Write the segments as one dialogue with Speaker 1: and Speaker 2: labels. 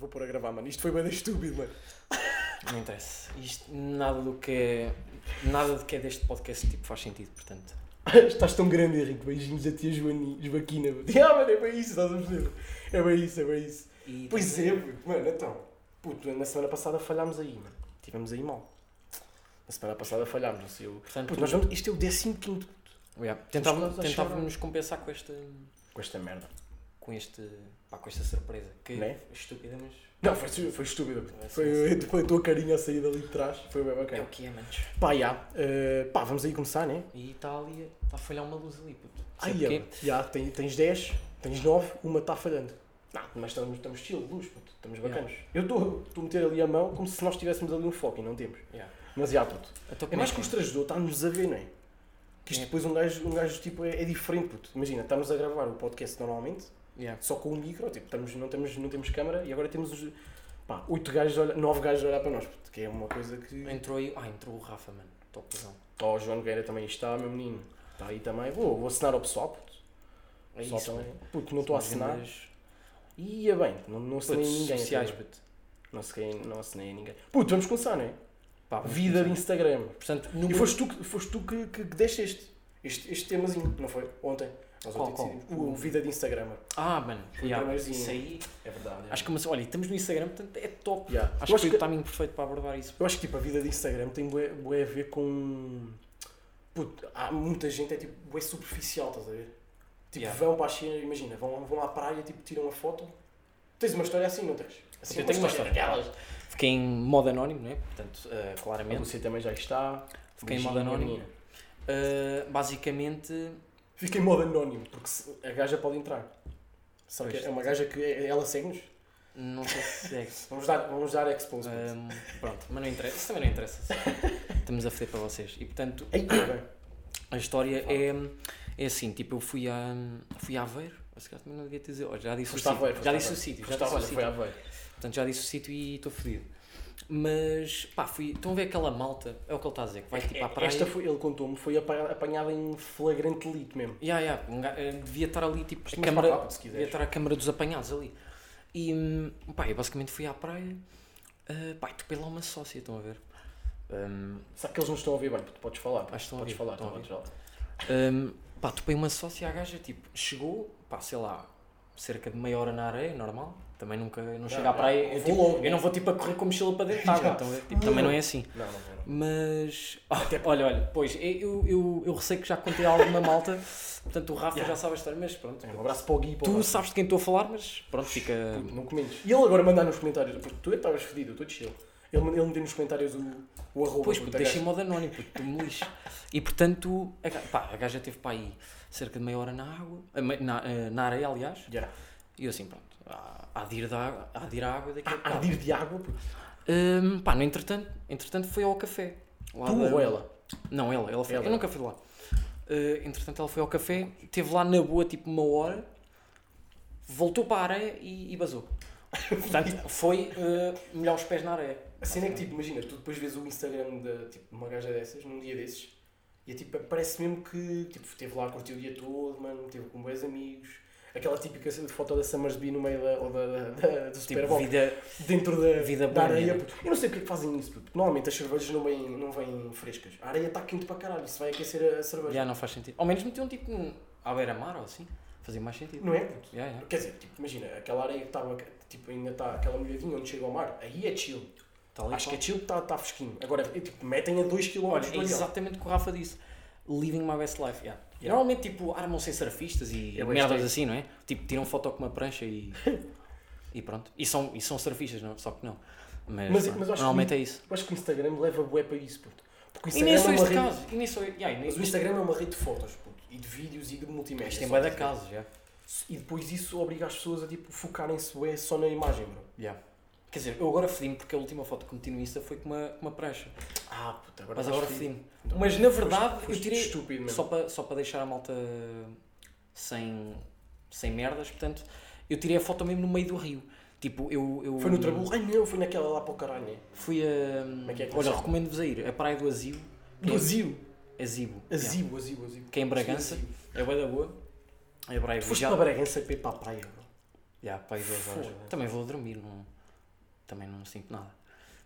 Speaker 1: vou pôr a gravar, mano. Isto foi bem estúpido, mano.
Speaker 2: Não interessa. Isto, nada do que é. Nada do que é deste podcast tipo, faz sentido, portanto.
Speaker 1: Estás tão grande, Henrique. Beijinhos a tia Joani, Joaquina. mano. Ah, mano, é bem isso, estás a perceber? É bem isso, é bem isso.
Speaker 2: E
Speaker 1: Pois é,
Speaker 2: também-
Speaker 1: puto. mano, então. Puto, na semana passada falhámos aí, mano. Tivemos aí mal. Na semana passada falhámos, não sei eu.
Speaker 2: Portanto,
Speaker 1: Puto, nós vamos... Isto é o 15 quinto.
Speaker 2: yeah, tentava-
Speaker 1: Mas nós
Speaker 2: tentávamos compensar com esta.
Speaker 1: Com esta merda.
Speaker 2: com este. pá, com esta surpresa. Que
Speaker 1: Né?
Speaker 2: estúpida, mas.
Speaker 1: Não, foi, estu- foi estúpido.
Speaker 2: Ah,
Speaker 1: puto.
Speaker 2: sim,
Speaker 1: Foi, foi a tua carinha a sair dali de trás. Foi bem
Speaker 2: É
Speaker 1: bacana.
Speaker 2: o que é, manos.
Speaker 1: Pá, já. Eh, pá, vamos aí começar, né?
Speaker 2: E está ali. está a falhar uma luz ali, puto. Sabe
Speaker 1: Ai,
Speaker 2: porquê?
Speaker 1: é, já, tem- tens 10, tens 9, uma está falhando. Não, mas estamos, estamos chill, luz, puto, estamos
Speaker 2: Yeah.
Speaker 1: bacanas. Eu estou a meter ali a mão como se nós tivéssemos ali um foco e não temos.
Speaker 2: Yeah.
Speaker 1: Mas já, puto.
Speaker 2: Então,
Speaker 1: É
Speaker 2: como
Speaker 1: mais
Speaker 2: que
Speaker 1: que o estrangedor está-nos a ver, não é? Que isto
Speaker 2: É.
Speaker 1: depois um gajo, um gajo tipo, é, é diferente, puto. Imagina, estamos a gravar o podcast normalmente,
Speaker 2: Yeah.
Speaker 1: só com o micro, tipo, estamos, não, temos, não temos câmara e agora temos os. pá, 8 gajos, a olhar- nove gajos a olhar para nós, puto, que é uma coisa que.
Speaker 2: Entrou aí. Ah, entrou o Rafa, mano. Topzão.
Speaker 1: Ó, o João Nogueira também está, meu menino. Está aí também. Vou, vou assinar ao pessoal, puto.
Speaker 2: É
Speaker 1: Só
Speaker 2: isso,
Speaker 1: também.
Speaker 2: mano.
Speaker 1: Puto, não estou a
Speaker 2: São
Speaker 1: assinar.
Speaker 2: vendas-
Speaker 1: Ia bem, não, não assinei
Speaker 2: Puto,
Speaker 1: a ninguém. tá
Speaker 2: sociais,
Speaker 1: até agora.
Speaker 2: puto.
Speaker 1: não, assinei, não assinei a ninguém. Puto, vamos começar, não é?
Speaker 2: Pá, vamos
Speaker 1: Vida de
Speaker 2: começar.
Speaker 1: Instagram.
Speaker 2: Portanto,
Speaker 1: E
Speaker 2: número
Speaker 1: foste tu, que- foste tu que, que, que deste este, este, este temazinho, não foi? Ontem. Nós
Speaker 2: Qual,
Speaker 1: ontem
Speaker 2: qual?
Speaker 1: decidimos. O, o Vida de Instagram.
Speaker 2: Ah, mano,
Speaker 1: Foi
Speaker 2: yeah,
Speaker 1: primeirozinho.
Speaker 2: isso aí.
Speaker 1: É verdade.
Speaker 2: Acho que começou. Olha, estamos no Instagram, portanto é top.
Speaker 1: Yeah.
Speaker 2: Acho
Speaker 1: eu,
Speaker 2: que
Speaker 1: acho
Speaker 2: foi
Speaker 1: que, tá-
Speaker 2: o timing perfeito para abordar isso.
Speaker 1: eu acho que tipo, a vida de Instagram tem bué, bué a ver com. Puto, há muita gente, é tipo, bué superficial, estás a ver? Tipo,
Speaker 2: Yeah.
Speaker 1: vão para a China, imagina, vão, vão à praia, tipo, tiram a foto. Tens uma história assim, não tens? Assim,
Speaker 2: Eu tenho uma história.
Speaker 1: daquelas.
Speaker 2: Fiquei em modo anónimo, não é? Portanto, eh,
Speaker 1: A
Speaker 2: claramente.
Speaker 1: Lúcia também já está. é
Speaker 2: Fiquei em
Speaker 1: Beijinho,
Speaker 2: modo anónimo.
Speaker 1: menina.
Speaker 2: Eh, basicamente,
Speaker 1: Fica em modo anónimo, porque se- a gaja pode entrar. Só que
Speaker 2: Pois.
Speaker 1: é uma gaja que é- ela segue-nos.
Speaker 2: não sei se é.
Speaker 1: Vamos dar, vamos dar expose. puto.
Speaker 2: Ehm, pronto, mas não interessa. Isso também não interessa. Estamos a foder para vocês. E portanto,
Speaker 1: Ei, bem.
Speaker 2: a história é, é assim: tipo, eu fui a, fui a Aveiro. Ou se calhar também não devia te dizer. Olha, já disse o
Speaker 1: Foste à
Speaker 2: sítio.
Speaker 1: Aveiro,
Speaker 2: já
Speaker 1: foste à
Speaker 2: disse o
Speaker 1: Aveiro.
Speaker 2: sítio. Já
Speaker 1: Gostava,
Speaker 2: disse o
Speaker 1: olha, foi
Speaker 2: sítio.
Speaker 1: à veia.
Speaker 2: Portanto, já disse o sítio e estou fodido. Mas, pá, fui. Estão a ver aquela malta? É o que ele está a dizer, que vai tipo à praia.
Speaker 1: é, Esta foi, ele contou-me, foi apa- apanhada em flagrante delito mesmo.
Speaker 2: Ya, ya, um ga- eh, devia estar ali, tipo, a
Speaker 1: Costumas
Speaker 2: câmara,
Speaker 1: parar rápido, se quiseres.
Speaker 2: devia estar a câmara dos apanhados ali. E, hum, pá, eu basicamente fui à praia, uh, pá, e topei lá uma sócia, estão a ver? Um,
Speaker 1: Será que eles não estão a ouvir bem? puto? Podes falar. puto.
Speaker 2: Acho que estão a
Speaker 1: podes
Speaker 2: ouvir,
Speaker 1: falar,
Speaker 2: estão a
Speaker 1: podes falar.
Speaker 2: um, pá, topei uma sócia, a gaja, tipo, chegou, pá, sei lá, cerca de meia hora na areia, normal, também nunca, não chego à
Speaker 1: ya,
Speaker 2: praia, eu,
Speaker 1: vou
Speaker 2: tipo,
Speaker 1: logo,
Speaker 2: eu
Speaker 1: né?
Speaker 2: não vou, tipo, a correr com a mochila para dentro de água,
Speaker 1: Ya.
Speaker 2: estão a ver? Tipo, também não é assim.
Speaker 1: Não, não, não. não.
Speaker 2: Mas, ah, olha, olha, pois, eu, eu, eu receio que já contei a alguma malta, portanto, o Rafa
Speaker 1: Ya.
Speaker 2: já sabe a história, mas pronto.
Speaker 1: É, Um abraço para o Gui e para o
Speaker 2: Tu
Speaker 1: Vasco.
Speaker 2: sabes de quem estou a falar, mas pronto, fica.
Speaker 1: Puto, Não comentes. E ele agora mandar nos comentários. puto, Tu é que estavas fedido, eu estou de chill. Ele, ele me deu nos comentários o, o arroba.
Speaker 2: Pois,
Speaker 1: puto,
Speaker 2: puto,
Speaker 1: a gaja.
Speaker 2: deixei em modo anónimo, puto, tu me lixo. E portanto, a, ga- pá, a gaja teve para aí cerca de meia hora na água, eh, me- na, eh, na areia, aliás,
Speaker 1: Yeah.
Speaker 2: e eu assim, pronto, há há de ir, da, água- há de ir à água daqui a
Speaker 1: Ah, A
Speaker 2: bocado.
Speaker 1: ardir de água, puto.
Speaker 2: Hum, pá, no entretanto, entretanto foi ao café. Lá
Speaker 1: Tu
Speaker 2: da-
Speaker 1: ou ela?
Speaker 2: Não, ela, ela foi.
Speaker 1: Ela.
Speaker 2: Eu nunca fui lá. Eh, entretanto, ela foi ao café, teve lá na boa tipo uma hora, voltou para a areia e, e basou. Portanto, foi eh, molhar os pés na areia.
Speaker 1: A cena é que, tipo, imagina, tu depois vês o Instagram de tipo, uma gaja dessas, num dia desses, e é tipo, parece mesmo que, tipo, esteve lá a curtir o dia todo, mano, esteve com bons amigos. Aquela típica de foto da Summersby no meio da, ou da, da- da- do Super
Speaker 2: Tipo,
Speaker 1: Bowl,
Speaker 2: vida,
Speaker 1: dentro da,
Speaker 2: vida
Speaker 1: da
Speaker 2: boêmia,
Speaker 1: areia.
Speaker 2: né?
Speaker 1: puto. Eu não sei porque é que fazem isso, puto. Normalmente as cervejas não vêm, não vêm frescas. A areia está quente para caralho, isso vai aquecer a, a cerveja.
Speaker 2: Já não faz sentido. Ao menos metiam tipo um, à beira-mar ou assim. Fazia mais sentido.
Speaker 1: Não é, puto?
Speaker 2: Já, já.
Speaker 1: Quer dizer, tipo, imagina, aquela areia que estava, tipo, ainda está aquela molhadinha onde chega ao mar, aí é chill.
Speaker 2: Tal e
Speaker 1: Acho que
Speaker 2: qual.
Speaker 1: é chill, está tá fresquinho. Agora, é, tipo, metem a 2km do
Speaker 2: então Olha, é
Speaker 1: areal.
Speaker 2: exatamente o que o Rafa disse. Living my best life. já. Normalmente tipo armam-se em surfistas e
Speaker 1: Eu
Speaker 2: merdas
Speaker 1: gostei.
Speaker 2: assim, não é? Tipo tiram foto com uma prancha e. e pronto. E são, e são surfistas, não? só que não. Mas,
Speaker 1: Mas-
Speaker 2: pronto,
Speaker 1: mas acho que-
Speaker 2: normalmente é isso.
Speaker 1: Eu acho que o Instagram leva bué para isso, puto. Porque o
Speaker 2: E nem
Speaker 1: Instagram, é
Speaker 2: sou
Speaker 1: uma
Speaker 2: este
Speaker 1: rede...
Speaker 2: caso. E nem sou. Yeah, e nem...
Speaker 1: Mas o Instagram é uma rede de fotos, puto, e de vídeos e de multimédia.
Speaker 2: Isto tem
Speaker 1: só,
Speaker 2: é bué da
Speaker 1: estás a ver?
Speaker 2: casos, já.
Speaker 1: E depois isso obriga as pessoas a tipo, focarem-se bué só na imagem, bro.
Speaker 2: Já. Quer dizer, eu agora fedi-me porque a última foto que meti no Insta foi com uma, com uma prancha.
Speaker 1: Ah, puta, agora
Speaker 2: Mas
Speaker 1: estás
Speaker 2: agora
Speaker 1: fedido.
Speaker 2: fedi-me.
Speaker 1: Então,
Speaker 2: Mas na
Speaker 1: foste-
Speaker 2: verdade eu
Speaker 1: foste
Speaker 2: tirei.
Speaker 1: Estúpido mesmo.
Speaker 2: Só para, só para deixar a malta sem, sem merdas, portanto, eu tirei a foto mesmo no meio do rio. Tipo, eu. eu
Speaker 1: Foi no Trabuco? Ai não, foi naquela lá para o caralho. né?
Speaker 2: Fui a.
Speaker 1: é que é que
Speaker 2: olha,
Speaker 1: chama?
Speaker 2: recomendo-vos a ir. A Praia do Azil. que
Speaker 1: Do
Speaker 2: é-
Speaker 1: Azil.
Speaker 2: Azibo. Yeah.
Speaker 1: Azibo, Azibo, Azibo.
Speaker 2: Que é em Bragança.
Speaker 1: Azibo.
Speaker 2: É bem da boa. É a praia
Speaker 1: Tu Foste
Speaker 2: já-
Speaker 1: para Bragança para ir para a praia, bro.
Speaker 2: Yeah, pá, aí duas horas.
Speaker 1: Foda-se.
Speaker 2: Também vou dormir. Não... Também não sinto nada.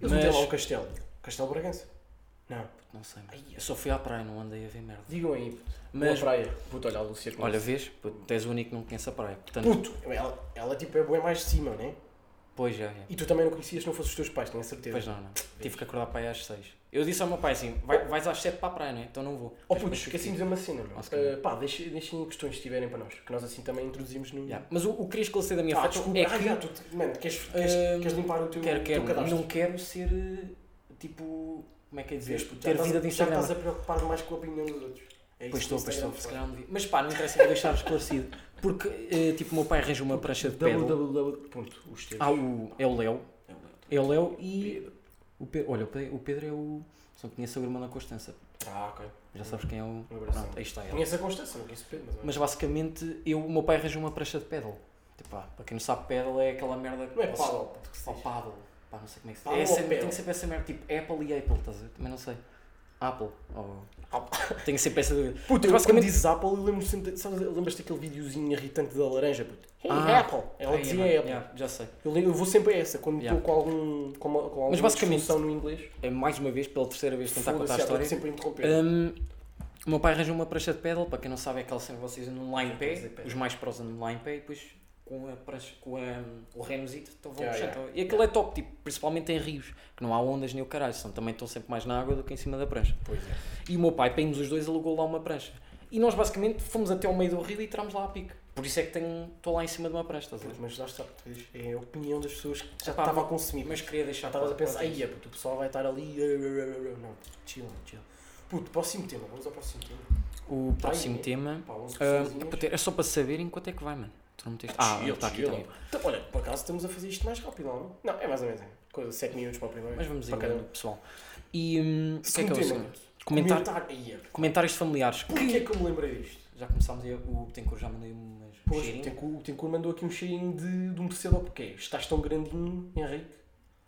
Speaker 1: Eles meteram lá o Castelo. Castelo Bragança? Não.
Speaker 2: Não sei. mano. Eu só fui à praia, não andei a ver merda.
Speaker 1: Digam aí, puto.
Speaker 2: Mas,
Speaker 1: Uma é. praia. Puto, olha a Lúcia. como-
Speaker 2: olha, vês? Puto, Tu és o único que não conhece a praia. Portanto,
Speaker 1: Puto, ela, ela tipo é bem mais de cima, né?
Speaker 2: pois já é.
Speaker 1: E tu também não conhecias, não fossem os teus pais, tenho a certeza.
Speaker 2: Pois não, não. Tive que acordar para aí às 6. Eu disse ao meu pai assim: Vai, vais às 7 para a praia, não é? Então não vou.
Speaker 1: Oh puto,
Speaker 2: Mas depois fui
Speaker 1: esqueci de dizer uma cena, meu.
Speaker 2: Ah, se calhar.
Speaker 1: Ah, pá, deixem, deixem questões se tiverem para nós, que nós assim também introduzimos no.
Speaker 2: Yeah. Mas o, o que queria esclarecer da minha
Speaker 1: Ah,
Speaker 2: foto
Speaker 1: desculpa,
Speaker 2: é
Speaker 1: ah,
Speaker 2: que
Speaker 1: já, tu, mano, queres, queres,
Speaker 2: Ahm,
Speaker 1: queres limpar o teu,
Speaker 2: quero,
Speaker 1: o
Speaker 2: quero,
Speaker 1: teu cadastro?
Speaker 2: não quero ser eh, tipo, como é que é dizer?
Speaker 1: Vês, puto, já
Speaker 2: ter
Speaker 1: estás-
Speaker 2: vida de Instagram.
Speaker 1: Já estás a preocupar mais com a opinião dos outros. É isso
Speaker 2: Pois
Speaker 1: que o
Speaker 2: estou, pois estou.
Speaker 1: Instagram
Speaker 2: Se
Speaker 1: faz.
Speaker 2: calhar não devia. Mas pá, não interessa, vou deixar esclarecido. Porque, eh, tipo, o meu pai arranjou uma prancha de pedra.
Speaker 1: www. Ponto, os teus.
Speaker 2: Ah, o, é o Léo.
Speaker 1: É o Léo.
Speaker 2: É o Léo e. O Pedro, olha, o Pe- o Pedro é o. Só conheço a irmã da Constança.
Speaker 1: Ah, ok.
Speaker 2: Já sabes quem é o.
Speaker 1: Um abração.
Speaker 2: Pronto, aí está ela.
Speaker 1: Conheço a Constância, não conheço o Pedro, mas,
Speaker 2: Mas basicamente, eu, o meu pai arranjou uma prancha de pedal. Tipo, pá, para quem não sabe, pedal é aquela merda que
Speaker 1: não é
Speaker 2: vocês-
Speaker 1: pau, puto, que se
Speaker 2: Ou
Speaker 1: diz.
Speaker 2: paddle. Pá, não sei como é que se
Speaker 1: Paddle
Speaker 2: é
Speaker 1: ou
Speaker 2: essa-
Speaker 1: pedal?
Speaker 2: Tem que sempre essa merda, tipo Apple e Apple, estás a ver? Também não sei. Apple. Ou...
Speaker 1: Apple.
Speaker 2: Tem que sempre essa dúvida.
Speaker 1: Puta,
Speaker 2: Mas
Speaker 1: eu quando
Speaker 2: basicamente-
Speaker 1: dizes Apple, eu lembro sempre. de- Sabes, lembras-te daquele videozinho irritante da laranja, puto? é Hey,
Speaker 2: Ah.
Speaker 1: Apple! Ela
Speaker 2: Aí,
Speaker 1: dizia
Speaker 2: mano,
Speaker 1: Apple.
Speaker 2: yeah, já sei.
Speaker 1: Eu, lembro- eu vou sempre a essa, quando
Speaker 2: Yeah.
Speaker 1: estou com algum. com, uma- com alguma
Speaker 2: basicamente-
Speaker 1: disfunção no inglês.
Speaker 2: É mais uma vez, pela terceira vez, tentar contar a
Speaker 1: foda-se, já,
Speaker 2: história.
Speaker 1: estou sempre a interromper.
Speaker 2: Hum, o meu pai arranjou uma prancha de pedal, para quem não sabe, é aquela cena que vocês andam lá em
Speaker 1: Sim,
Speaker 2: pé,
Speaker 1: sim, sim.
Speaker 2: os mais prós andam lá em pé e depois com, a prancha, com a- o remozito estão vão
Speaker 1: Yeah,
Speaker 2: puxar.
Speaker 1: yeah.
Speaker 2: estão- E aquilo é top, tipo, principalmente em rios, que não há ondas nem o caralho, são, também estão sempre mais na água do que em cima da prancha.
Speaker 1: Pois é.
Speaker 2: E o meu pai, para irmos os dois, alugou lá uma prancha. E nós basicamente fomos até ao meio do rio e entramos lá a pique. Por isso é que tenho- estou lá em cima de uma prancha, estás a ver?
Speaker 1: Puto, Mas lá está, puto, é a opinião das pessoas que já
Speaker 2: Epá,
Speaker 1: estava a consumir.
Speaker 2: Mas queria deixar.
Speaker 1: Já estavas a
Speaker 2: claro,
Speaker 1: pensar, aí, puto, o pessoal vai estar ali. Não, chill, chill. Puto, próximo tema, vamos ao próximo tema.
Speaker 2: O próximo
Speaker 1: aí,
Speaker 2: tema.
Speaker 1: Pá, 11
Speaker 2: ah,
Speaker 1: pessoas.
Speaker 2: para ter- é só para saber em quanto é que vai, mano. Tu não meteste. Ah,
Speaker 1: Chill,
Speaker 2: está aqui
Speaker 1: chill.
Speaker 2: também.
Speaker 1: Então, Olha, por acaso estamos a fazer isto mais rápido, não? é? Não, é mais ou menos. é. Coisa, 7 minutos para o primeiro.
Speaker 2: Mas vamos
Speaker 1: para cada
Speaker 2: engano,
Speaker 1: um.
Speaker 2: pessoal. E hum, o que é que é
Speaker 1: Segundo
Speaker 2: o
Speaker 1: tema,
Speaker 2: segundo?
Speaker 1: puto.
Speaker 2: Comentar,
Speaker 1: Comentar. Aí, é.
Speaker 2: comentários familiares.
Speaker 1: Porquê que eu me lembrei disto?
Speaker 2: Já começámos aí, o Betancourt já mandei umas
Speaker 1: Pois, o
Speaker 2: cheirinho.
Speaker 1: Tencour- o Tencour mandou aqui um cheirinho de, de um pseudo que é. Estás tão grandinho, Henrique.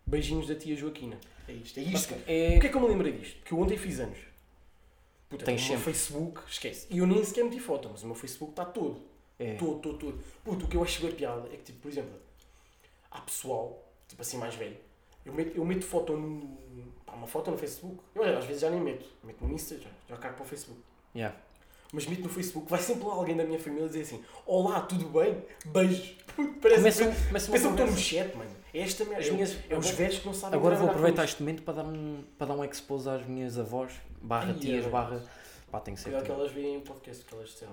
Speaker 1: Beijinhos da tia Joaquina. É isto, é isto.
Speaker 2: Basicamente,
Speaker 1: Porquê
Speaker 2: É...
Speaker 1: que eu me lembrei disto? Porque eu ontem fiz anos. Puta,
Speaker 2: Tens
Speaker 1: o meu
Speaker 2: sempre.
Speaker 1: Facebook, esquece. E eu nem sequer meti foto, mas o meu Facebook está todo.
Speaker 2: É.
Speaker 1: Todo, todo, todo. Puta, o que eu acho bem piada é que, tipo, por exemplo, há pessoal, tipo assim, mais velho. Eu meto, eu meto foto no. Pá, uma foto no Facebook. Eu às vezes já nem meto. Meto no Insta, já, já cago para o Facebook
Speaker 2: Yeah.
Speaker 1: mas meto no Facebook, vai sempre lá alguém da minha família dizer assim: Olá, tudo bem? Beijos. Puto, Parece
Speaker 2: Começa,
Speaker 1: é que
Speaker 2: começa
Speaker 1: pensam
Speaker 2: uma
Speaker 1: que estou no
Speaker 2: conversa.
Speaker 1: chat, mano. É esta merda.
Speaker 2: As
Speaker 1: É o-
Speaker 2: minhas-
Speaker 1: É os
Speaker 2: agora-
Speaker 1: velhos que não sabem
Speaker 2: Agora
Speaker 1: lidar
Speaker 2: vou
Speaker 1: com
Speaker 2: aproveitar
Speaker 1: isto.
Speaker 2: este momento para dar um, para dar um expose às minhas avós, barra
Speaker 1: Ai,
Speaker 2: tias,
Speaker 1: é.
Speaker 2: barra. Pá, tem que ser.
Speaker 1: Cuidado que
Speaker 2: Tem...
Speaker 1: elas veem o podcast que elas disseram.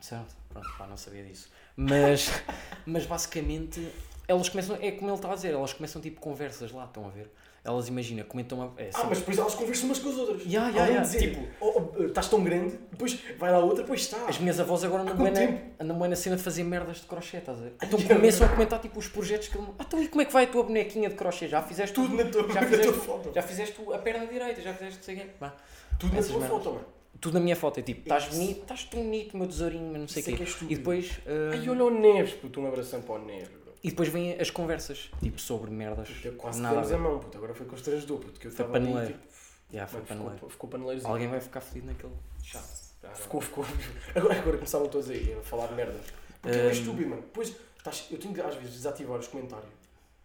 Speaker 2: Certo? Pronto, pá, não sabia disso. Mas, mas basicamente, elas começam. É como ele está a dizer, elas começam tipo conversas lá, estão a ver? Elas, imagina, comentam. uma- É,
Speaker 1: Ah,
Speaker 2: sempre-
Speaker 1: mas depois elas conversam umas com as outras.
Speaker 2: Ya, ya,
Speaker 1: Alguém
Speaker 2: ya.
Speaker 1: dizer, tipo, "Oh, oh, estás tão grande, depois vai lá outra, depois está.
Speaker 2: As minhas avós agora andam
Speaker 1: quanto
Speaker 2: bem,
Speaker 1: tempo?
Speaker 2: na, andam bem na cena de fazer merdas de crochê, estás a ver? Então começam a comentar tipo os projetos que ele. Ah, então e como é que vai a tua bonequinha de crochê? Já fizeste
Speaker 1: Tudo na tua,
Speaker 2: Já
Speaker 1: na
Speaker 2: fizeste-
Speaker 1: tua foto.
Speaker 2: Já fizeste o- a perna direita, já fizeste não sei o quê. Vá.
Speaker 1: Tudo na
Speaker 2: Essas
Speaker 1: tua
Speaker 2: merdas.
Speaker 1: foto, mano.
Speaker 2: Tudo na minha foto é tipo, estás
Speaker 1: Isso.
Speaker 2: bonito, estás tão bonito, meu tesourinho, mas não sei o
Speaker 1: Isso é
Speaker 2: quê.
Speaker 1: que é estúpido.
Speaker 2: e depois. ah,
Speaker 1: Ai, olha o Neves, puto, um abração para o Neves, bro.
Speaker 2: E depois vêm as conversas, tipo, sobre merdas.
Speaker 1: Eu quase
Speaker 2: Nada a
Speaker 1: tivemos a
Speaker 2: ver.
Speaker 1: mão, puto. Agora foi constrangedor, puto, que eu
Speaker 2: Foi
Speaker 1: estava ali,
Speaker 2: paneleiro.
Speaker 1: tipo,
Speaker 2: Já, foi
Speaker 1: mano,
Speaker 2: paneleiro.
Speaker 1: ficou- Ficou paneleirozinho.
Speaker 2: Alguém vai ficar fedido naquele. Chato.
Speaker 1: Ficou, ficou. Agora, agora começaram todos aí a falar de merda. Porque é
Speaker 2: Hum.
Speaker 1: estúpido, mano. Pois, estás- eu tenho que às vezes desativar os comentários,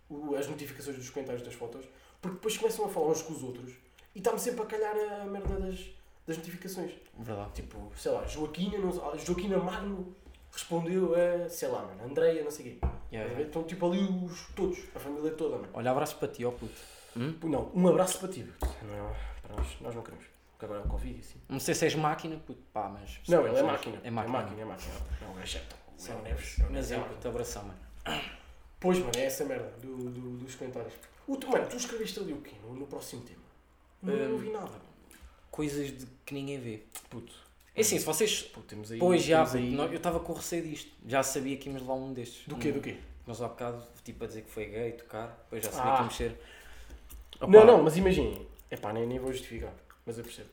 Speaker 1: o- as notificações dos comentários das fotos, porque depois começam a falar uns com os outros e está-me sempre a calhar a merda das, das notificações.
Speaker 2: Verdade.
Speaker 1: Tipo, sei lá, Joaquina, não- Joaquina Magno respondeu a, sei lá, mano, Andreia, não sei o quê.
Speaker 2: Yeah, yeah.
Speaker 1: Estão tipo ali os todos, a família toda, mano.
Speaker 2: Olha, abraço para ti, ó puto. Hum?
Speaker 1: Não, um abraço para ti. Não, para nós, nós não queremos. Porque agora é o Covid, e assim.
Speaker 2: Não sei se és máquina, puto, pá, mas.
Speaker 1: Não, ele é máquina.
Speaker 2: É máquina.
Speaker 1: É máquina, é máquina. Não, é chato.
Speaker 2: Sim.
Speaker 1: É o Neves. é o Neves,
Speaker 2: Mas
Speaker 1: é
Speaker 2: é,
Speaker 1: máquina.
Speaker 2: puto, abração, mano.
Speaker 1: Pois, mano, é essa merda do, do- dos comentários. O tu, mano, tu escreveste ali o quê no, no próximo tema? Não,
Speaker 2: Hum.
Speaker 1: não vi nada.
Speaker 2: Coisas de que ninguém vê.
Speaker 1: Puto.
Speaker 2: É assim, se vocês.
Speaker 1: Puto, temos aí...
Speaker 2: Pois já,
Speaker 1: temos
Speaker 2: puto,
Speaker 1: aí-
Speaker 2: nó- eu estava com receio disto. Já sabia que íamos levar um destes.
Speaker 1: Do
Speaker 2: Um-
Speaker 1: quê, do quê?
Speaker 2: Mas há bocado, tipo, a dizer que foi gay, tocar, depois já sabia
Speaker 1: Ah.
Speaker 2: que íamos ser.
Speaker 1: Não,
Speaker 2: Opa,
Speaker 1: não, mas imaginem. Epá, nem, nem vou justificar. Mas eu percebo.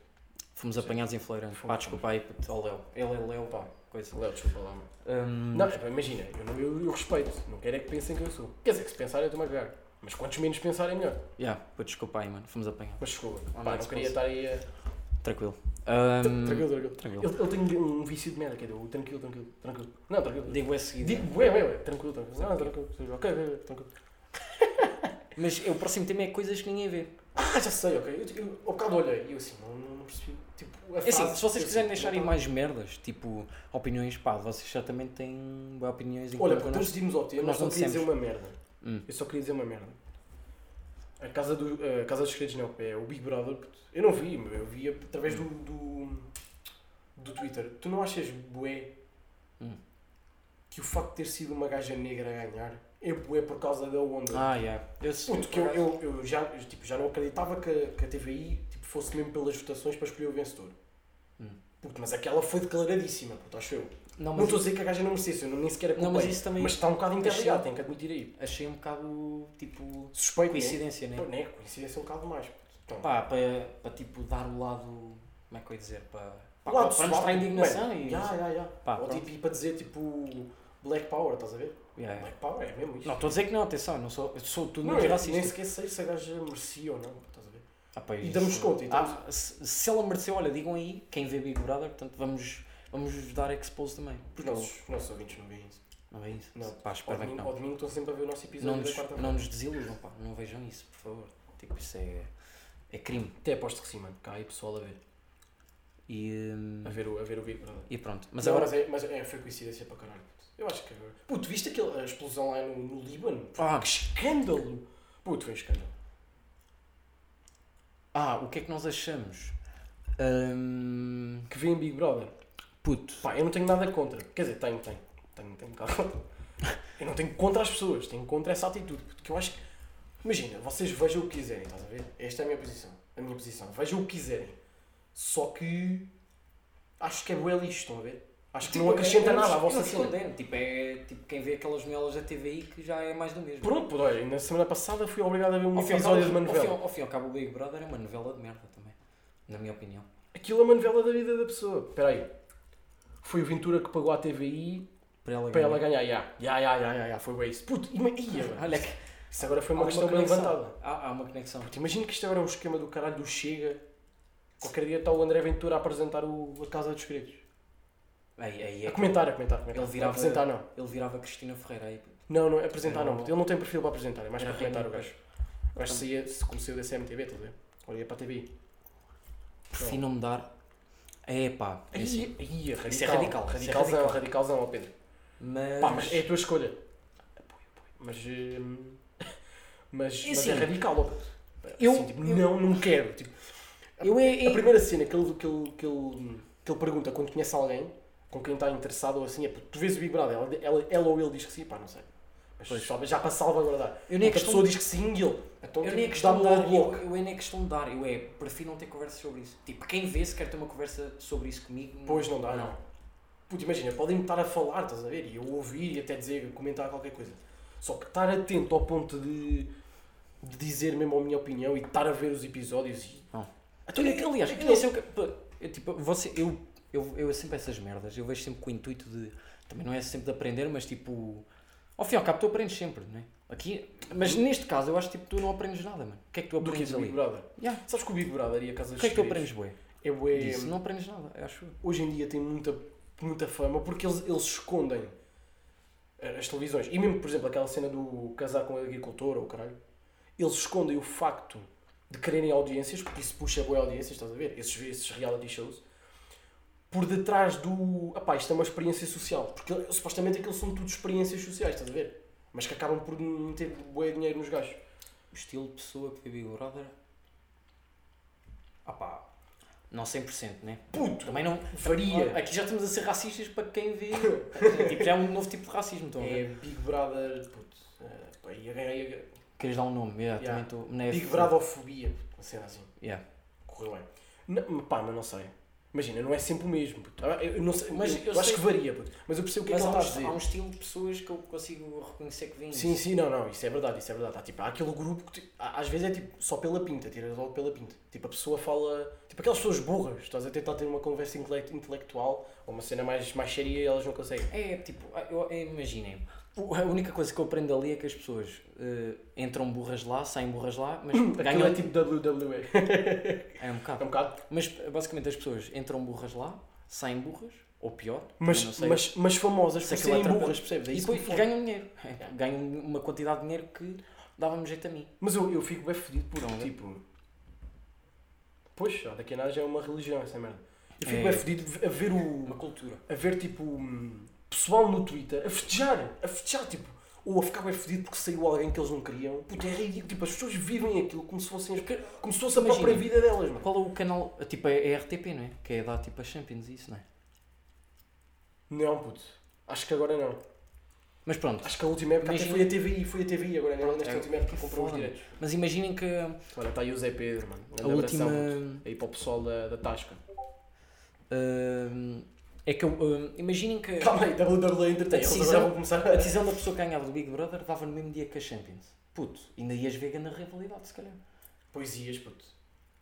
Speaker 2: Fomos apanhados em flagrante. Pá,
Speaker 1: Fomos.
Speaker 2: desculpa aí, puto, ao Léo. Ele é Léo, pá, coisa.
Speaker 1: Léo, desculpa lá, mano.
Speaker 2: Hum,
Speaker 1: Não, epá, imagina. Eu, não- eu, eu respeito. Não quero é que pensem que eu sou. Quer dizer, que se pensarem, eu estou-me a cagar. Mas quantos menos pensarem, melhor.
Speaker 2: já, puto, desculpa aí, mano, fomos apanhados.
Speaker 1: Mas desculpa.
Speaker 2: Ah,
Speaker 1: Pá,
Speaker 2: não,
Speaker 1: Oh, não
Speaker 2: se
Speaker 1: queria
Speaker 2: fosse-
Speaker 1: estar aí a...
Speaker 2: Tranquilo. Hum,
Speaker 1: Tranquilo, tranquilo.
Speaker 2: tranquilo.
Speaker 1: Ele, ele tem um vício de merda, que é do tranquilo, tranquilo, tranquilo. Não, tranquilo.
Speaker 2: Digo é seguido.
Speaker 1: Digo, ué, ué, ué, tranquilo, tranquilo. Não, tranquilo, seja, ok, ué, ué, tranquilo.
Speaker 2: Mas é, o próximo tema é coisas que ninguém vê.
Speaker 1: Ah, já sei, ok. Eu, eu, ao bocado olhei e eu assim, não, não percebi. Tipo, a
Speaker 2: É assim,
Speaker 1: frase-
Speaker 2: se vocês
Speaker 1: eu,
Speaker 2: quiserem
Speaker 1: assim,
Speaker 2: deixar aí
Speaker 1: não-
Speaker 2: mais merdas, tipo opiniões, pá, vocês certamente têm boas opiniões em
Speaker 1: Olha,
Speaker 2: comum
Speaker 1: porque
Speaker 2: connosco.
Speaker 1: antes de irmos ao tema, eu
Speaker 2: nós
Speaker 1: só
Speaker 2: não
Speaker 1: queria dizer
Speaker 2: dissemos.
Speaker 1: uma merda.
Speaker 2: Hum.
Speaker 1: Eu só queria dizer uma merda. A Casa, do, a casa dos Segredos não, é o Big Brother. puto. Eu não vi, meu, eu vi através do, do, do Twitter. Tu não achas bué
Speaker 2: Hum.
Speaker 1: que o facto de ter sido uma gaja negra a ganhar é bué por causa da onda?
Speaker 2: Ah, yeah. Esse-
Speaker 1: Puto, que eu, eu, eu já, eu, tipo, já não acreditava que, a- que a TVI tipo, fosse mesmo pelas votações para escolher o vencedor.
Speaker 2: Hum.
Speaker 1: Puto, mas aquela foi declaradíssima, puto, acho eu.
Speaker 2: Não,
Speaker 1: Não
Speaker 2: mas
Speaker 1: estou a dizer que a gaja não merecesse, eu não- nem sequer a
Speaker 2: Não, mas isso também-
Speaker 1: Mas está um bocado interligado,
Speaker 2: Sim.
Speaker 1: tenho que admitir aí.
Speaker 2: achei um bocado, tipo,
Speaker 1: Suspeito, né?
Speaker 2: coincidência, né?
Speaker 1: Pô, né? Coincidência um bocado mais. Então,
Speaker 2: Pá, para, para tipo, dar o lado, como é que eu ia dizer, para, para,
Speaker 1: Lado
Speaker 2: para
Speaker 1: suave,
Speaker 2: mostrar a
Speaker 1: tipo,
Speaker 2: indignação e...
Speaker 1: já, já, já.
Speaker 2: Pá,
Speaker 1: Ou
Speaker 2: pronto.
Speaker 1: tipo, e para dizer tipo Black Power, estás a ver?
Speaker 2: Yeah, yeah.
Speaker 1: Black Power é mesmo isso.
Speaker 2: Não, estou a dizer que não, atenção, eu não sou, eu sou tudo
Speaker 1: Não,
Speaker 2: menos
Speaker 1: eu
Speaker 2: racista.
Speaker 1: nem sequer sei se a gaja merecia ou não, estás a ver?
Speaker 2: Ah, pá,
Speaker 1: E
Speaker 2: isso-
Speaker 1: damos conta, e damos-
Speaker 2: Ah, se, se ela mereceu, olha, digam aí, quem vê Big Brother, portanto, vamos, vamos dar expose também.
Speaker 1: Os
Speaker 2: Porque
Speaker 1: nossos, nossos ouvintes não veem isso.
Speaker 2: não, não é isso.
Speaker 1: Não.
Speaker 2: Pá,
Speaker 1: Ao
Speaker 2: espero bem que
Speaker 1: domingo,
Speaker 2: não.
Speaker 1: ao domingo estão sempre a ver o nosso episódio
Speaker 2: Não nos,
Speaker 1: da quarta-feira.
Speaker 2: não nos desiludam, pá, não vejam isso, por favor. Tipo, isso é, é crime.
Speaker 1: Até aposto que sim, mano. Cá aí pessoal a ver.
Speaker 2: E, hum,
Speaker 1: A ver o, a ver o Big Brother.
Speaker 2: e pronto,
Speaker 1: Mas,
Speaker 2: mas
Speaker 1: não,
Speaker 2: agora...
Speaker 1: mas, é, mas é, foi coincidência para caralho. puto. Eu acho que é agora. Puto, viste aquela a explosão lá no, no Líbano?
Speaker 2: Ah,
Speaker 1: Escândalo! Puto, foi um escândalo.
Speaker 2: ah, o que é que nós achamos? Hum,
Speaker 1: Que vem Big Brother.
Speaker 2: puto,
Speaker 1: Pá, eu não tenho nada contra. Quer dizer, tenho, tenho. Tenho, tenho um bocado contra. Eu não tenho contra as pessoas, tenho contra essa atitude. Porque eu acho que. Imagina, vocês vejam o que quiserem, estás a ver? Esta é a minha posição. A minha posição. Vejam o que quiserem. Só que. Acho que é bué lixo, estão a ver? Acho que não
Speaker 2: é um
Speaker 1: acrescenta nada à vossa cena.
Speaker 2: Tipo, é tipo quem vê aquelas novelas da TVI que já é mais do mesmo.
Speaker 1: Pronto, pô, olha, na semana passada fui obrigado a ver um
Speaker 2: Ao fim e ao
Speaker 1: episódio
Speaker 2: cabo-
Speaker 1: de uma
Speaker 2: Ao
Speaker 1: novela.
Speaker 2: fim, ao fim e ao cabo, o Big Brother é uma novela de merda também. Na minha opinião.
Speaker 1: Aquilo é uma novela da vida da pessoa. Espera aí. Foi o Ventura que pagou à TVI
Speaker 2: Para ela
Speaker 1: para
Speaker 2: ganhar.
Speaker 1: ela ganhar. Ya, ya, ya, ya, ya, ya, foi bem isso. Puto, ima- ia, mano.
Speaker 2: Olha que
Speaker 1: Isso agora foi
Speaker 2: há
Speaker 1: uma questão bem
Speaker 2: conexão.
Speaker 1: levantada.
Speaker 2: Há, há uma conexão.
Speaker 1: Puto, imagina que isto agora é um esquema do caralho do Chega. Qualquer dia está o André Ventura a apresentar o, a Casa dos Segredos.
Speaker 2: Aí, aí é
Speaker 1: A
Speaker 2: que
Speaker 1: comentar, a comentar. a comentar.
Speaker 2: Ele virava-
Speaker 1: Não apresentar não.
Speaker 2: ele virava Cristina Ferreira aí. puto.
Speaker 1: Não, não, apresentar
Speaker 2: Não.
Speaker 1: não. puto. Ele não tem perfil para apresentar, é mais
Speaker 2: Era
Speaker 1: para comentar o
Speaker 2: rei,
Speaker 1: gajo. O gajo saía, se começou da CMTV, estás a ver? Ou ia para a TV.
Speaker 2: Prefiro não mudar. É pá. é assim.
Speaker 1: Aí, aí, é radical.
Speaker 2: Isso é radical, isso é
Speaker 1: Radicalzão,
Speaker 2: radical.
Speaker 1: radicalzão, ó Pedro.
Speaker 2: Mas.
Speaker 1: Pá, mas é a tua escolha. Apoio, apoio. Mas. hum, Mas,
Speaker 2: E
Speaker 1: mas
Speaker 2: assim,
Speaker 1: é radical, ó Pedro.
Speaker 2: eu-
Speaker 1: Assim, tipo,
Speaker 2: eu-
Speaker 1: não, não quero. Tipo,
Speaker 2: Eu é.
Speaker 1: A
Speaker 2: é-
Speaker 1: primeira cena que ele, que, ele, que, ele, que ele pergunta quando conhece alguém, com quem está interessado ou assim, é porque tu vês o Big Brother, ela, ela, ela ou ele diz que sim, pá, não sei. Mas
Speaker 2: Pois.
Speaker 1: só- já para salvaguardar.
Speaker 2: Eu nem é
Speaker 1: Porque a
Speaker 2: questão
Speaker 1: pessoa
Speaker 2: de
Speaker 1: diz que sim e ele. Então,
Speaker 2: eu
Speaker 1: tipo,
Speaker 2: nem é questão de
Speaker 1: dá-me logo
Speaker 2: dar,
Speaker 1: bloco.
Speaker 2: eu, eu nem é questão de dar, eu é, prefiro não ter conversas sobre isso. Tipo, quem vê se quer ter uma conversa sobre isso comigo.
Speaker 1: Pois não dá,
Speaker 2: Não.
Speaker 1: não. Puta, imagina, podem-me estar a falar, estás a ver? E eu ouvir e até dizer, comentar qualquer coisa. Só que estar atento ao ponto de, de dizer mesmo a minha opinião e estar a ver os episódios e.
Speaker 2: Não.
Speaker 1: Então,
Speaker 2: Tu,
Speaker 1: é que-
Speaker 2: aliás,
Speaker 1: é que
Speaker 2: eu, nem sei o que- pá, eu, tipo, você, eu, eu, eu é sempre essas merdas, eu vejo sempre com o intuito de. Também não é sempre de aprender, mas tipo. Ao fim e ao cabo, tu aprendes sempre, não é? Aqui, mas neste caso, eu acho que tipo, tu não aprendes nada, mano. O que é que tu
Speaker 1: do que
Speaker 2: aprendes
Speaker 1: do Big
Speaker 2: ali?
Speaker 1: Brother.
Speaker 2: Yeah.
Speaker 1: Sabes que o Big Brother e a Casa
Speaker 2: O
Speaker 1: dos
Speaker 2: que é que tu
Speaker 1: Segredos
Speaker 2: aprendes, bué?
Speaker 1: É bué-
Speaker 2: Disso não aprendes nada, eu acho.
Speaker 1: hoje em dia tem muita, muita fama porque eles, eles escondem eh, as televisões. E mesmo, por exemplo, aquela cena do casar com a agricultora ou caralho, eles escondem o facto de quererem audiências, porque isso puxa boa audiências, estás a ver? Esses, esses reality shows. Por detrás do. Apá, isto é uma experiência social. Porque supostamente aquilo são tudo experiências sociais, estás a ver? Mas que acabam por meter boa dinheiro nos gajos.
Speaker 2: O estilo de pessoa que vê Big Brother. Ah pá. Não 100%, né?
Speaker 1: Puto!
Speaker 2: Também não.
Speaker 1: Faria!
Speaker 2: Aqui já estamos a ser racistas para quem vê. tipo, já é um novo tipo de racismo, estão a ver?
Speaker 1: É Big Brother. Puto. eh, pá, e a- e a-
Speaker 2: Queres dar um nome? Yeah,
Speaker 1: Yeah.
Speaker 2: também tô- não é-
Speaker 1: Big Bradofobia, uma cena assim,
Speaker 2: Yeah.
Speaker 1: correu bem. Não, pá, mas não sei. Imagina, não é sempre o mesmo. puto. Ah, Eu, eu não sei,
Speaker 2: Mas
Speaker 1: eu,
Speaker 2: eu
Speaker 1: eu acho
Speaker 2: sei-
Speaker 1: que varia, puto. mas eu percebo o que
Speaker 2: Mas
Speaker 1: é
Speaker 2: há
Speaker 1: que
Speaker 2: um,
Speaker 1: ele está a dizer.
Speaker 2: há um estilo de pessoas que eu consigo reconhecer que vêm.
Speaker 1: Sim, sim, não, não, isso é verdade, isso é verdade. Há, tipo, há aquele grupo que ti- há- às vezes é tipo só pela pinta, tiras logo pela pinta. Tipo, a pessoa fala, tipo aquelas pessoas burras, estás a tentar ter uma conversa intele- intelectual ou uma cena mais, mais séria e elas não conseguem.
Speaker 2: É tipo, eu- eu- imaginem. o- A única coisa que eu aprendo ali é que as pessoas eh, entram burras lá, saem burras lá, mas
Speaker 1: Aquilo
Speaker 2: ganham.
Speaker 1: é tipo WWE. É
Speaker 2: É um
Speaker 1: um
Speaker 2: bocado.
Speaker 1: bocado.
Speaker 2: Mas basicamente as pessoas entram burras lá, saem burras, ou pior, eu não
Speaker 1: Mas,
Speaker 2: sei.
Speaker 1: mas, mas famosas por
Speaker 2: Sei que ele
Speaker 1: serem
Speaker 2: atrapalha.
Speaker 1: burras, percebes? É
Speaker 2: e
Speaker 1: isso que
Speaker 2: depois
Speaker 1: me fode.
Speaker 2: ganham dinheiro. É, Ganham uma quantidade de dinheiro que dava-me jeito a mim.
Speaker 1: Mas eu, eu fico bem fodido porque,
Speaker 2: Não, é?
Speaker 1: tipo. Poxa, daqui a nada já é uma religião essa merda. Eu fico
Speaker 2: É.
Speaker 1: bem fodido a ver
Speaker 2: Uma
Speaker 1: o.
Speaker 2: cultura.
Speaker 1: a ver, tipo. hum, pessoal no Twitter a festejar, a festejar, tipo. Ou a ficar bem fodido porque saiu alguém que eles não queriam. Puta, é ridículo. Tipo, as pessoas vivem aquilo como se fossem. as-
Speaker 2: Porque-
Speaker 1: como se fosse a
Speaker 2: Imagina.
Speaker 1: própria vida delas, mano.
Speaker 2: Qual é o canal? Tipo, é, é RTP, não é? Que é dar tipo a Champions e isso, não é?
Speaker 1: Não, puto. Acho que agora não.
Speaker 2: Mas pronto.
Speaker 1: Acho que a última época até
Speaker 2: Imagina.
Speaker 1: foi a TVI, foi a TVI agora, não,
Speaker 2: Pronto,
Speaker 1: nesta
Speaker 2: é-
Speaker 1: última época Tá que comprou os
Speaker 2: foda-me.
Speaker 1: direitos.
Speaker 2: Mas imaginem que a
Speaker 1: Olha, está aí o Zé Pedro, mano. Um grande
Speaker 2: última.
Speaker 1: abração, puto. Aí para o pessoal da, da Tasca.
Speaker 2: hum, é que eu. hum, imaginem que
Speaker 1: Calma aí, WWE Entertainment.
Speaker 2: A
Speaker 1: Eles
Speaker 2: decisão-
Speaker 1: agora vão começar
Speaker 2: a
Speaker 1: a...
Speaker 2: decisão da pessoa que ganhava do Big Brother dava no mesmo dia que a Champions. Puto, ainda ias ver na rivalidade, se calhar.
Speaker 1: Poesias, puto.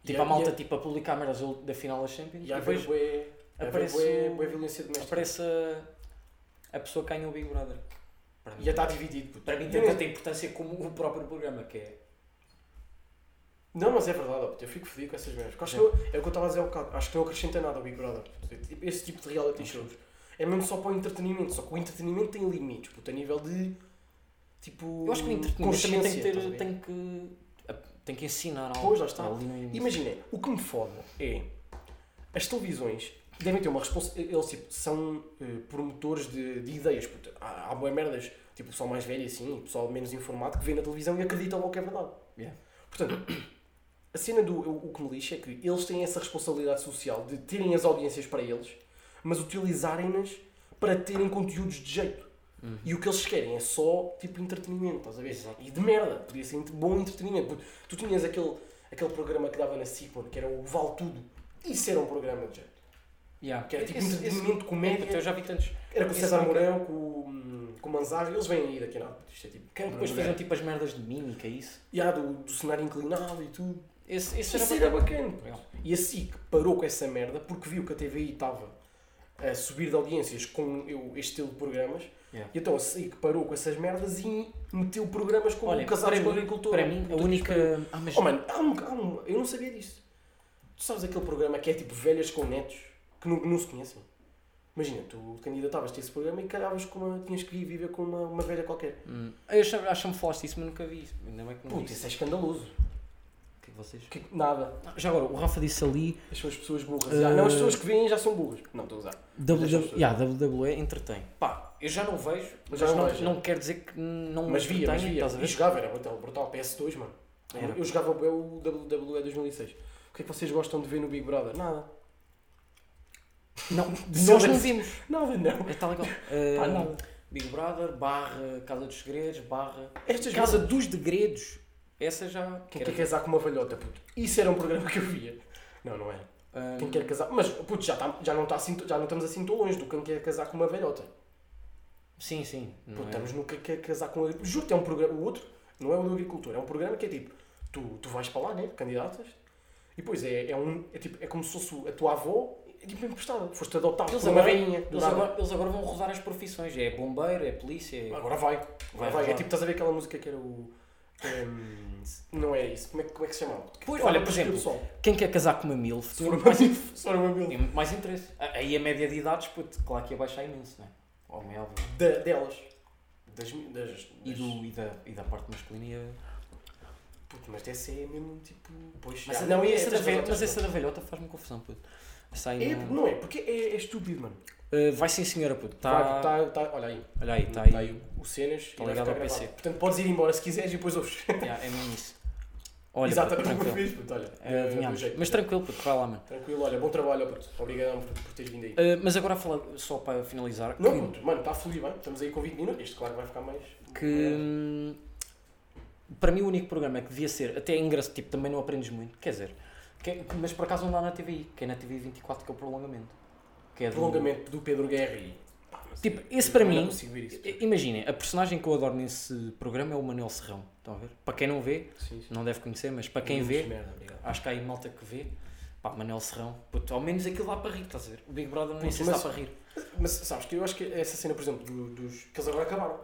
Speaker 2: Tipo, a malta tipo, a publicar merdas do- da final da Champions
Speaker 1: E
Speaker 2: e
Speaker 1: há
Speaker 2: depois
Speaker 1: bué... Aparece...
Speaker 2: aparece
Speaker 1: Bué,
Speaker 2: o-
Speaker 1: bué violência doméstica.
Speaker 2: aparece a, a pessoa que ganhou o Big Brother. Para
Speaker 1: E
Speaker 2: mim,
Speaker 1: já está dividido, puto. é
Speaker 2: para mim tem tanta importância como o próprio programa, que é.
Speaker 1: Não, mas é verdade, ó, puto. Eu fico fodido com essas merdas. Porque Acho que eu, é o que eu estava a dizer há bocado. Acho que não acrescenta nada ao Big Brother. puto. Tipo, Esse tipo de reality shows. É mesmo só para o entretenimento. Só que o entretenimento tem limites, puto. A nível de... Tipo...
Speaker 2: Eu acho que o entretenimento também tem que,
Speaker 1: consciência, estás a
Speaker 2: ter,
Speaker 1: ver?
Speaker 2: tem, que, a- tem que ensinar algo.
Speaker 1: Pois, lá está.
Speaker 2: Ali no início.
Speaker 1: Imaginem, o que me fode é as televisões devem ter uma responsabilidade. Eles tipo, são eh, promotores de, de ideias. puto. Há, há boas merdas, tipo, o pessoal mais velho e assim, o pessoal menos informado que vê na televisão e acredita logo que é verdade.
Speaker 2: Yeah.
Speaker 1: Portanto, a cena do o, o que me lixa é que eles têm essa responsabilidade social de terem as audiências para eles, mas utilizarem-nas para terem conteúdos de jeito. E o que eles querem é só tipo entretenimento, estás a ver?
Speaker 2: Uhum. Exato.
Speaker 1: E de merda, podia ser ent- bom entretenimento. Porque Tu tinhas aquele, aquele programa que dava na SICON, que era o Val Tudo. Isso era um programa de jeito.
Speaker 2: Yeah.
Speaker 1: Que era tipo
Speaker 2: Esse- esse-
Speaker 1: entretenimento,
Speaker 2: é, puto, eu
Speaker 1: comédia.
Speaker 2: já vi tantos.
Speaker 1: Era com o
Speaker 2: esse
Speaker 1: César
Speaker 2: nunca-
Speaker 1: Mourão, com, o- hum, com o Manzarra, eles vêm aí daqui a nada. Isto é tipo.
Speaker 2: Que era depois faziam tipo as merdas de mímica, isso.
Speaker 1: E há do, do cenário inclinado e tudo.
Speaker 2: Esse, esse
Speaker 1: Isso,
Speaker 2: era
Speaker 1: era
Speaker 2: bacana.
Speaker 1: bacana. pô.
Speaker 2: Legal.
Speaker 1: E a SIC parou com essa merda porque viu que a TVI estava a subir de audiências com eu- este estilo de programas.
Speaker 2: Yeah.
Speaker 1: E então a SIC parou com essas merdas e meteu programas como
Speaker 2: Olha,
Speaker 1: Casados
Speaker 2: para
Speaker 1: com a
Speaker 2: mim-
Speaker 1: Agricultura.
Speaker 2: Para mim, a única. Ah, mas
Speaker 1: Oh mano, há um, há um- eu não sabia disso. Tu sabes aquele programa que é tipo velhas com netos que não, não se conhecem? Imagina, tu candidatavas-te a esse programa e calhavas com uma. tinhas que ir viver com uma, uma velha qualquer.
Speaker 2: Hum, eu acho- acho que me falaste isso, mas nunca vi isso. Ainda bem que não
Speaker 1: Putz,
Speaker 2: disse.
Speaker 1: isso é escandaloso.
Speaker 2: Que vocês...
Speaker 1: Que- nada.
Speaker 2: Ah, Já agora, o Rafa disse ali,
Speaker 1: As suas pessoas burras. Ah, não, as pessoas que vêm já são burras. Não, estou a usar.
Speaker 2: WW,
Speaker 1: deixa-me saber.
Speaker 2: yeah, WWE entretém. Pá, eu já não vejo, mas,
Speaker 1: já não
Speaker 2: não,
Speaker 1: vejo, é.
Speaker 2: não quer dizer que não
Speaker 1: Mas via, mas
Speaker 2: entretenha,
Speaker 1: via.
Speaker 2: Ah, estás a
Speaker 1: E
Speaker 2: ver?
Speaker 1: jogava, era brutal, brutal. PS2, mano. Eu-
Speaker 2: Era.
Speaker 1: Eu jogava bué o WWE 2006. O que é que vocês gostam de ver no Big Brother? Nada.
Speaker 2: Não, nós
Speaker 1: Silêncio.
Speaker 2: não vimos.
Speaker 1: Nada, não.
Speaker 2: É tal e qual.
Speaker 1: Pá,
Speaker 2: Ah,
Speaker 1: nada.
Speaker 2: Big Brother, barra Casa dos Segredos, barra...
Speaker 1: Estas
Speaker 2: Casa dos Degredos. Essa já...
Speaker 1: Quem é
Speaker 2: era-
Speaker 1: quer casar com uma velhota, puto? Isso era um programa que eu via. Não, não era.
Speaker 2: Ah,
Speaker 1: Quem quer casar. Mas, puto, já, tá- já, não tá assim, já não estamos assim tão longe do quem quer casar com uma velhota.
Speaker 2: Sim, sim. não
Speaker 1: Puto,
Speaker 2: é?
Speaker 1: estamos no que quer casar com. Juro, é um programa. O outro não é o do agricultor, é um programa que é tipo. Tu, tu vais para lá, né? Candidatas. E depois é, é, um, é, tipo, é como se fosse a tua avó, é tipo emprestada. Foste adotado
Speaker 2: Eles
Speaker 1: por uma
Speaker 2: agora,
Speaker 1: rainha. do
Speaker 2: eles,
Speaker 1: nada.
Speaker 2: agora, eles agora vão rodar as profissões. É bombeiro, é polícia, é...
Speaker 1: Agora vai. Vai,
Speaker 2: Vai,
Speaker 1: vai. É
Speaker 2: vai.
Speaker 1: tipo, estás a ver aquela música que era o. ehm, não é isso. Como é, que- como é que se chamava?
Speaker 2: Pois,
Speaker 1: Fala
Speaker 2: olha,
Speaker 1: para
Speaker 2: por
Speaker 1: o
Speaker 2: exemplo,
Speaker 1: pessoal.
Speaker 2: Quem quer casar com uma MILF
Speaker 1: Se
Speaker 2: tem
Speaker 1: for uma,
Speaker 2: muito mais,
Speaker 1: se for uma mil
Speaker 2: tem muito mais interesse. Ah, Aí a média de idades, puto, claro que ia baixar imenso, não é? Homem é óbvio.
Speaker 1: da- delas. Das, mi- das, das,
Speaker 2: E, do, e, da, e da parte masculina ia...
Speaker 1: Puto, mas dessa é mesmo tipo. Pois,
Speaker 2: Mas,
Speaker 1: já,
Speaker 2: a, não,
Speaker 1: é,
Speaker 2: essa, da
Speaker 1: tens
Speaker 2: velha-
Speaker 1: razão,
Speaker 2: mas
Speaker 1: tens
Speaker 2: essa da velhota faz-me confusão, puto. Essa
Speaker 1: razão.
Speaker 2: aí
Speaker 1: É,
Speaker 2: não-
Speaker 1: puto, não é, porque é, é estúpido, mano.
Speaker 2: Ah, vai sim senhora, puto.
Speaker 1: Vai,
Speaker 2: Tá...
Speaker 1: tá, tá, olha aí.
Speaker 2: Olha aí, está
Speaker 1: Tá
Speaker 2: aí.
Speaker 1: aí o Cenas
Speaker 2: Tá
Speaker 1: e vai
Speaker 2: ligado
Speaker 1: ficar
Speaker 2: ao
Speaker 1: gravado.
Speaker 2: PC.
Speaker 1: Portanto, podes ir embora se quiseres e depois ouves.
Speaker 2: Yeah, é mesmo isso. Olha,
Speaker 1: Exatamente
Speaker 2: puto,
Speaker 1: o que eu
Speaker 2: tranquilo.
Speaker 1: fiz, puto, olha.
Speaker 2: Ah,
Speaker 1: É do- do
Speaker 2: vinhamos.
Speaker 1: jeito.
Speaker 2: Mas tranquilo, puto, vai lá, mano.
Speaker 1: Tranquilo, olha, bom trabalho, ó, puto. Obrigado por, por teres vindo aí.
Speaker 2: Ah, mas agora a falar, só para finalizar,
Speaker 1: Não,
Speaker 2: que-
Speaker 1: puto, mano, está a fluir bem. Estamos aí com 20 minutos. Este, claro, vai ficar mais. eh,
Speaker 2: que hum, para mim o único programa que devia ser, até é engraçado, tipo, também não aprendes muito, quer dizer, que é- mas por acaso não dá na TVI, que é na TVI 24 que é o prolongamento. Que é do-
Speaker 1: Prolongamento do Pedro Guerra e. pá, não sei,
Speaker 2: Tipo,
Speaker 1: eu
Speaker 2: esse para
Speaker 1: também
Speaker 2: mim- é
Speaker 1: não consigo ver isso.
Speaker 2: I- Imaginem, a personagem que eu adoro nesse programa é o Manuel Serrão, estão a ver? Para quem não vê,
Speaker 1: Sim, sim.
Speaker 2: não deve conhecer, mas para quem
Speaker 1: Muito
Speaker 2: vê,
Speaker 1: merda, obrigado.
Speaker 2: acho que há aí malta que vê, pá, Manuel Serrão, puto, ao menos aquilo dá para rir, estás a ver? O Big Brother nem
Speaker 1: Puto,
Speaker 2: sei se dá
Speaker 1: mas-
Speaker 2: para rir.
Speaker 1: Mas sabes que eu acho que essa cena, por exemplo, do- dos. que eles agora acabaram.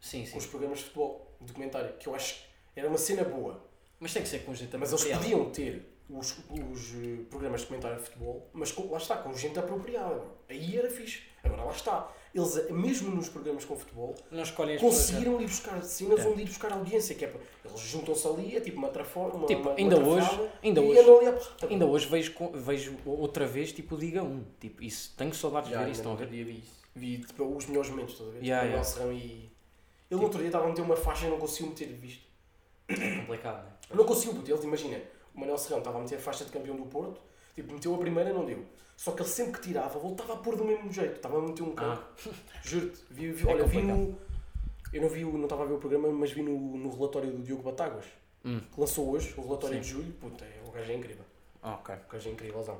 Speaker 2: Sim, sim.
Speaker 1: com os programas de futebol, de documentário, que eu acho que era uma cena boa.
Speaker 2: Mas tem que ser com gente
Speaker 1: Mas eles
Speaker 2: apropriada.
Speaker 1: podiam ter os, os, eh, programas de documentário de futebol, mas com- lá está, com gente apropriada. bro. Aí era fixe. Agora Agora, lá está. Eles, eh, mesmo nos programas com futebol,
Speaker 2: Não escolhem as
Speaker 1: conseguiram ir buscar cenas
Speaker 2: É.
Speaker 1: onde ir buscar audiência. Que é, para- eles juntam-se ali, é tipo uma traforma, uma,
Speaker 2: Tipo,
Speaker 1: uma,
Speaker 2: ainda
Speaker 1: uma
Speaker 2: hoje-
Speaker 1: trafada,
Speaker 2: ainda
Speaker 1: e
Speaker 2: hoje-
Speaker 1: andam ali à porrada.
Speaker 2: Ainda hoje vejo, co- vejo outra vez, tipo, o Diga 1. Tipo, isso, tenho saudades
Speaker 1: Já,
Speaker 2: de ver isso,
Speaker 1: ainda
Speaker 2: estão a
Speaker 1: no
Speaker 2: ver?
Speaker 1: outro dia vi isso. Vi tipo, os melhores momentos, estás a ver?
Speaker 2: Yeah, Tipo-
Speaker 1: Tipo,
Speaker 2: yeah.
Speaker 1: Manuel Serrão e. Ele no outro dia estava a meter uma faixa e não conseguiu meter de visto.
Speaker 2: É complicado, né?
Speaker 1: Não conseguiu, puto. Eles, imagina, o Manuel Serrão estava a meter a faixa de campeão do Porto, tipo, meteu a primeira e não deu. Só que ele sempre que tirava, voltava a pôr do mesmo jeito. Estava a meter um canto. Juro-te. Vi, vi-
Speaker 2: Ah. É
Speaker 1: olha, vi
Speaker 2: complicado.
Speaker 1: no. Eu não vi, o- não estava a ver o programa, mas vi no, no relatório do Diogo Batáguas,
Speaker 2: Hum.
Speaker 1: que lançou hoje, o relatório
Speaker 2: Sim.
Speaker 1: de julho. Puta, é, o gajo é incrível.
Speaker 2: Ah, ok.
Speaker 1: O gajo é incrívelzão.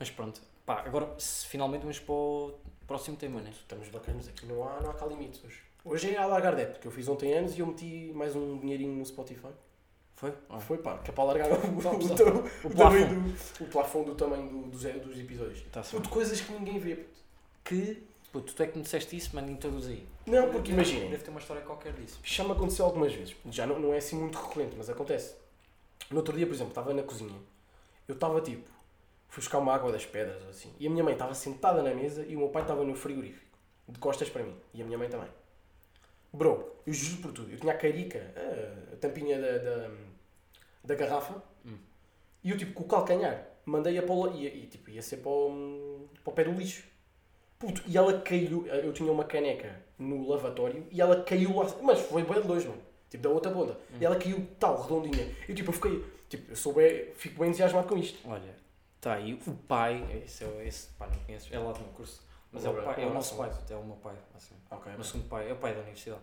Speaker 2: Mas pronto. Pá, agora, se- finalmente vamos para o próximo tema, né?
Speaker 1: Estamos bacanas aqui, não há, não há cá limites hoje. Hoje é a Lagardette, porque eu fiz ontem anos e eu meti mais um dinheirinho no Spotify.
Speaker 2: Foi? Ah.
Speaker 1: Foi pá, que é para alargar o, o,
Speaker 2: Top, top.
Speaker 1: tam-
Speaker 2: O
Speaker 1: o
Speaker 2: plafond. Tá
Speaker 1: tamanho do, o plafond do tamanho do- dos, dos episódios.
Speaker 2: Tá-se bem.
Speaker 1: Tudo coisas que ninguém vê. puto.
Speaker 2: Que, puto, tu é que me disseste isso, mano, em todos aí.
Speaker 1: Não, porque imagina,
Speaker 2: Deve ter uma história qualquer disso.
Speaker 1: já me aconteceu algumas vezes. Já não, não é assim muito recorrente, mas acontece. No outro dia, por exemplo, estava na cozinha. Eu estava tipo, fui buscar uma água das pedras ou assim. E a minha mãe estava sentada na mesa e o meu pai estava no frigorífico, de costas para mim. E a minha mãe também. Bro, eu juro por tudo. Eu tinha a carica, a- a tampinha da, da, da garrafa.
Speaker 2: Hum.
Speaker 1: E eu tipo, com o calcanhar, mandei-a para o... la- Ia, ia, tipo, ia ser para o, para o pé do lixo. Puto, e ela caiu... Eu tinha uma caneca no lavatório e ela caiu lá... Mas foi bem de longe, mano. Tipo, da outra ponta. E ela caiu tal, redondinha. Eu tipo, eu fiquei... Tipo, eu sou bem... Fico bem entusiasmado com isto.
Speaker 2: Olha, tá aí o pai, esse, é o- esse pai não conheces, é lá do meu curso, mas é o, pai, é o nosso pai, puto, é o meu pai, assim,
Speaker 1: Ok,
Speaker 2: o meu segundo pai, é o pai da universidade.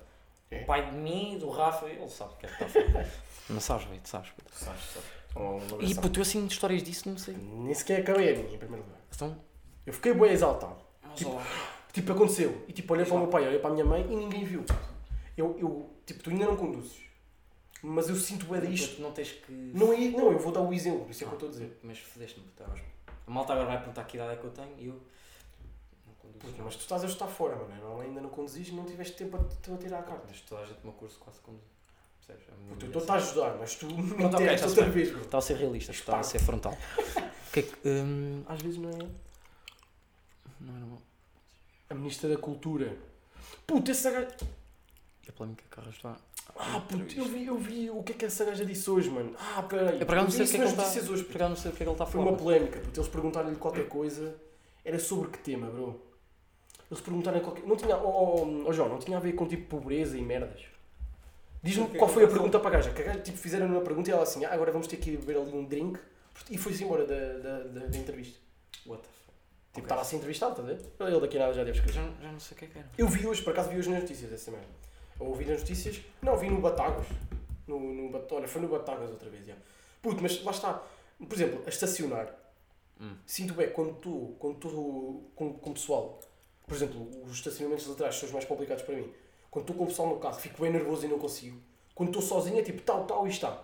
Speaker 1: É?
Speaker 2: O pai de mim, do Rafa, ele sabe o que é que está a falar. Não sabes, velho, tu sabes. puto.
Speaker 1: Sabes, sabes. Um
Speaker 2: E
Speaker 1: abração.
Speaker 2: puto, eu assim de histórias disso não sei.
Speaker 1: Nem sequer acabei a minha, em primeiro lugar.
Speaker 2: Então,
Speaker 1: Eu fiquei bem exaltado.
Speaker 2: mas
Speaker 1: Tipo,
Speaker 2: ó,
Speaker 1: Tipo, aconteceu. E tipo, olhei para o meu pai, olhei para a minha mãe e ninguém viu. Eu, eu tipo, tu ainda não conduzes. Mas eu sinto bem disto.
Speaker 2: puto, não tens que...
Speaker 1: Não, é, não, eu vou dar o exemplo, por isso é que eu estou a dizer.
Speaker 2: Mas fodeste-me, puto, agora. A malta agora vai perguntar que idade é que eu tenho e eu... Não conduzo.
Speaker 1: Puta, mas é tu estás a estar fora, mano. Não, ainda não conduzis e não tiveste tempo a te a tirar a carta.
Speaker 2: Mas toda a gente do meu curso quase conduz. Percebes? É uma
Speaker 1: Puta, eu estou-te a ajudar, mas tu me
Speaker 2: Pronto, ok,
Speaker 1: interessa
Speaker 2: está-se
Speaker 1: outra
Speaker 2: bem.
Speaker 1: vez, bro.
Speaker 2: Estava Tá a ser realista, estava a ser frontal. O que é que. hum, às vezes não é. Não era uma.
Speaker 1: A Ministra da Cultura. Puta, essa gaja.
Speaker 2: É a polémica que arrasto lá.
Speaker 1: Ah, puta, eu vi, eu vi o que é que essa gaja disse hoje, mano. Ah, peraí.
Speaker 2: Eu por acaso não sei o
Speaker 1: vi isso
Speaker 2: que é que ele
Speaker 1: nas notícias
Speaker 2: está.
Speaker 1: hoje,
Speaker 2: Por acaso não sei o que é que ele está a
Speaker 1: Foi
Speaker 2: falar.
Speaker 1: uma
Speaker 2: mas-
Speaker 1: polémica, porque eles perguntaram-lhe qualquer coisa. Era sobre que tema, bro? Eles perguntaram qualquer. Não tinha. Oh, oh, oh, João, não tinha a ver com tipo pobreza e merdas. Diz-me
Speaker 2: O que é
Speaker 1: qual
Speaker 2: que
Speaker 1: foi a
Speaker 2: aconteceu?
Speaker 1: pergunta para a gaja. Que a gaja tipo, fizeram uma pergunta e ela assim, ah, agora vamos ter que ir beber ali um drink. E foi-se embora da, da, da, da entrevista.
Speaker 2: What the fuck?
Speaker 1: Tipo,
Speaker 2: Ok.
Speaker 1: estava assim entrevistado, estás a ver? Ele daqui a nada já deve escrever.
Speaker 2: Já, já não sei o que é que era.
Speaker 1: Eu vi hoje, por acaso vi hoje nas notícias essa merda. Ou ouvi nas notícias. Não, vi no Batagos. No, no, Bat- olha, foi no Batagos outra vez, já. Puto, mas lá está. Por exemplo, a estacionar.
Speaker 2: Hum.
Speaker 1: Sinto bem, quando tu, quando tu com, com o pessoal, por exemplo, os estacionamentos laterais são os mais complicados para mim. Quando estou com o pessoal no carro, fico bem nervoso e não consigo. Quando estou sozinho é tipo tal, tal e está.